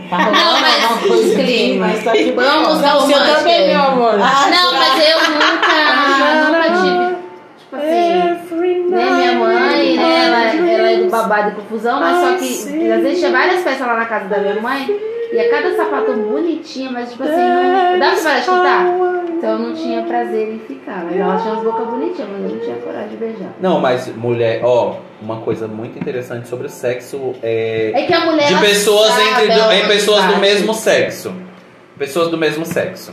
[SPEAKER 4] Tá
[SPEAKER 2] Ah, Não, mas os climas. Vamos
[SPEAKER 3] Não,
[SPEAKER 2] ao
[SPEAKER 3] o seu
[SPEAKER 2] romance.
[SPEAKER 3] também, meu amor.
[SPEAKER 2] Ah, não, mas eu nunca, nunca tive. Tipo assim, né, minha mãe, né, ela, ela é do babado e confusão, mas só que às vezes tinha várias festas lá na casa da minha mãe e a cada sapato bonitinha, mas tipo assim, não dava pra chutar. Então eu não tinha prazer em ficar, mas ela tinha as bocas bonitinhas, mas eu não tinha coragem de beijar.
[SPEAKER 1] Não, mas mulher, ó, uma coisa muito interessante sobre o sexo é.
[SPEAKER 2] É que a mulher.
[SPEAKER 1] de
[SPEAKER 2] ela
[SPEAKER 1] pessoas
[SPEAKER 2] sabe
[SPEAKER 1] entre
[SPEAKER 2] a
[SPEAKER 1] do,
[SPEAKER 2] hora
[SPEAKER 1] em
[SPEAKER 2] que
[SPEAKER 1] pessoas do
[SPEAKER 2] bate.
[SPEAKER 1] mesmo sexo. Pessoas do mesmo sexo.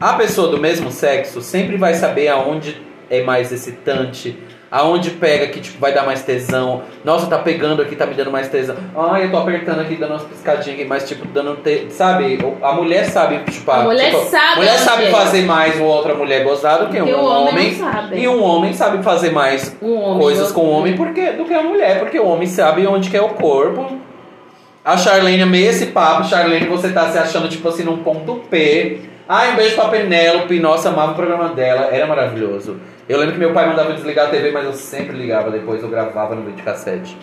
[SPEAKER 1] A pessoa do mesmo sexo sempre vai saber aonde é mais excitante, aonde pega que tipo vai dar mais tesão. Nossa, tá pegando aqui, tá me dando mais tesão. Ai, eu tô apertando aqui, dando umas piscadinhas aqui, mas tipo dando te... sabe? A mulher sabe, tipo,
[SPEAKER 2] A mulher
[SPEAKER 1] tipo,
[SPEAKER 2] sabe
[SPEAKER 1] mulher
[SPEAKER 2] onde
[SPEAKER 1] sabe
[SPEAKER 2] é.
[SPEAKER 1] fazer mais uma outra mulher gozar do que um
[SPEAKER 2] Porque o
[SPEAKER 1] homem.
[SPEAKER 2] homem, não sabe.
[SPEAKER 1] E um homem sabe fazer mais
[SPEAKER 2] Um homem
[SPEAKER 1] coisas
[SPEAKER 2] gosta-
[SPEAKER 1] com o homem porque, do que a mulher, porque o homem sabe onde que é o corpo. A Charlene amei esse papo. Charlene, você tá se achando, tipo assim, num ponto P. Ai, um beijo pra Penélope. Nossa, amava o programa dela. Era maravilhoso. Eu lembro que meu pai mandava eu desligar a TV, mas eu sempre ligava depois. Eu gravava no videocassete.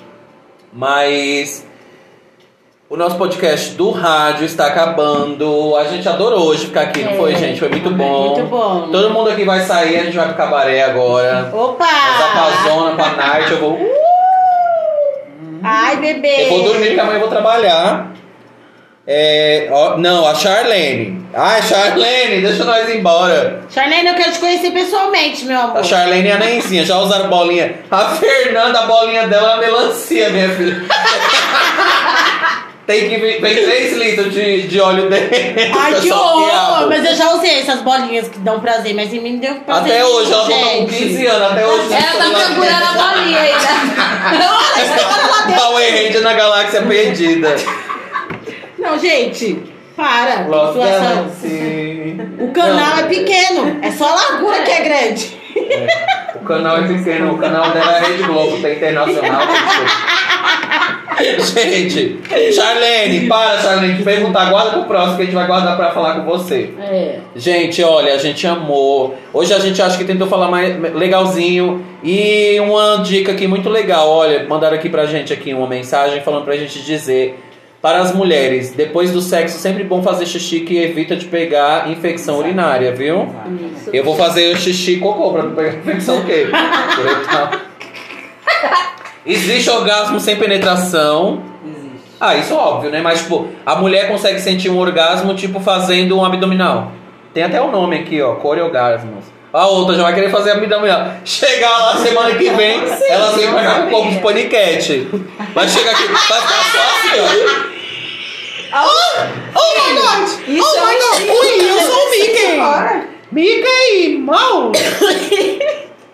[SPEAKER 1] Mas... O nosso podcast do rádio está acabando. A gente adorou hoje ficar aqui, não foi,
[SPEAKER 2] É.
[SPEAKER 1] gente? Foi muito
[SPEAKER 3] Muito
[SPEAKER 1] bom.
[SPEAKER 3] bom.
[SPEAKER 1] Todo mundo aqui vai sair, a gente vai pro cabaré agora.
[SPEAKER 3] Opa!
[SPEAKER 1] Mas a pazona pra night, eu vou.
[SPEAKER 3] Ai, bebê.
[SPEAKER 1] Eu vou dormir que amanhã eu vou trabalhar. É, ó, não, a Charlene. Ai, Charlene, deixa nós ir embora.
[SPEAKER 3] Charlene, eu quero te conhecer pessoalmente, meu amor.
[SPEAKER 1] A Charlene é a Nenzinha, já usaram bolinha. A Fernanda, a bolinha dela é uma melancia, minha filha. tem que vir- tem 3 litros de, de óleo dentro.
[SPEAKER 3] Ai,
[SPEAKER 1] é
[SPEAKER 3] que
[SPEAKER 1] só
[SPEAKER 3] horror!
[SPEAKER 1] quiabo.
[SPEAKER 3] Mas eu já usei essas bolinhas que dão prazer, mas em mim não deu prazer.
[SPEAKER 1] Até
[SPEAKER 3] nenhum,
[SPEAKER 1] hoje, ela tá com
[SPEAKER 3] gente.
[SPEAKER 1] 15 anos, até hoje.
[SPEAKER 2] Ela tá procurando a bolinha ainda.
[SPEAKER 3] tá
[SPEAKER 1] Power Ranger na galáxia perdida.
[SPEAKER 3] Não, gente, para.
[SPEAKER 1] Lost
[SPEAKER 3] situação.
[SPEAKER 1] Galaxy.
[SPEAKER 3] O canal
[SPEAKER 1] né? Não.
[SPEAKER 3] é pequeno, é só a largura que é grande.
[SPEAKER 1] O canal é pequeno, o canal dela é Rede Globo, tem internacional. tem tudo. gente, Charlene, para, Charlene, perguntar, guarda pro próximo que a gente vai guardar pra falar com você.
[SPEAKER 2] É.
[SPEAKER 1] Gente, olha, a gente amou. Hoje a gente acha que tentou falar mais legalzinho. E uma dica aqui muito legal, olha, mandaram aqui pra gente aqui uma mensagem falando pra gente dizer para as mulheres, depois do sexo, sempre bom fazer xixi que evita de pegar infecção urinária, viu?
[SPEAKER 2] Isso.
[SPEAKER 1] Eu vou fazer o xixi e cocô pra não pegar infecção gay. Então, Existe orgasmo sem penetração.
[SPEAKER 4] Existe.
[SPEAKER 1] Ah, isso é óbvio, né? Mas, tipo, a mulher consegue sentir um orgasmo, tipo, fazendo um abdominal. Tem até o nome aqui, ó, coreorgasmos. A outra já vai querer fazer abdominal. Chegar lá semana que vem, ela vem pra cá com o corpo de paniquete. Vai chegar aqui, vai ficar só assim, ó.
[SPEAKER 3] Oh my god!
[SPEAKER 4] Isso é um
[SPEAKER 3] Ui, eu sou o Mickey!
[SPEAKER 1] Mickey, mal!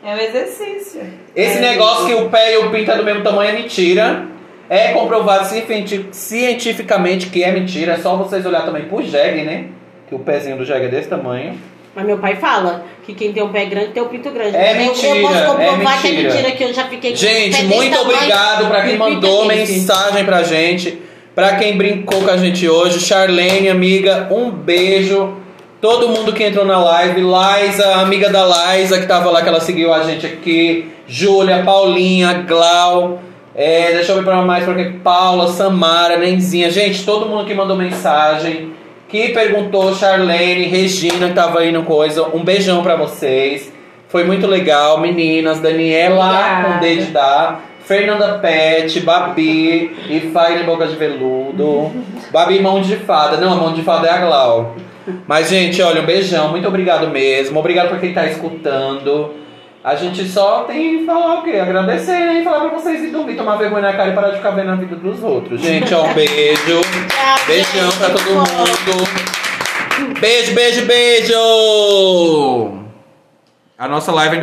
[SPEAKER 4] É um exercício. É.
[SPEAKER 1] Esse negócio que o pé e o pinto é do mesmo tamanho é mentira. É comprovado cienti- cientificamente que é mentira. É só vocês olhar também pro jegue, né? Que o pezinho do jegue é desse tamanho.
[SPEAKER 3] Mas meu pai fala que quem tem um pé grande tem um pinto grande.
[SPEAKER 1] É
[SPEAKER 3] Mas
[SPEAKER 1] mentira,
[SPEAKER 3] Eu, eu posso
[SPEAKER 1] é
[SPEAKER 3] comprovar que é
[SPEAKER 1] mentira.
[SPEAKER 3] mentira, que eu já fiquei com
[SPEAKER 1] Gente,
[SPEAKER 3] pé desse
[SPEAKER 1] muito
[SPEAKER 3] tamanho
[SPEAKER 1] obrigado pra quem
[SPEAKER 3] e o pinto
[SPEAKER 1] mandou
[SPEAKER 3] é desse.
[SPEAKER 1] mensagem pra gente. Pra quem brincou com a gente hoje. Charlene, amiga, um beijo. Todo mundo que entrou na live. Laisa, a amiga da Laisa que tava lá, que ela seguiu a gente aqui. Júlia, Paulinha, Glau. É, deixa eu ver pra mais porque Paula, Samara, Nenzinha. Gente, todo mundo que mandou mensagem. Que perguntou, Charlene, Regina, que tava aí no coisa. Um beijão pra vocês. Foi muito legal, meninas. Daniela,
[SPEAKER 2] Obrigada.
[SPEAKER 1] com D de dar. Fernanda Pet, Babi e Fire Boca de Veludo. Babi Mão de Fada. Não, a Mão de Fada é a Glau. Mas, gente, olha, um beijão. Muito obrigado mesmo. Obrigado pra quem tá escutando. A gente só tem que falar o quê? Agradecer, né? E falar pra vocês e dormir, tomar vergonha na cara e parar de ficar vendo a vida dos outros. Gente, ó, um beijo. Beijão pra todo mundo. Beijo, beijo, beijo! A nossa live ainda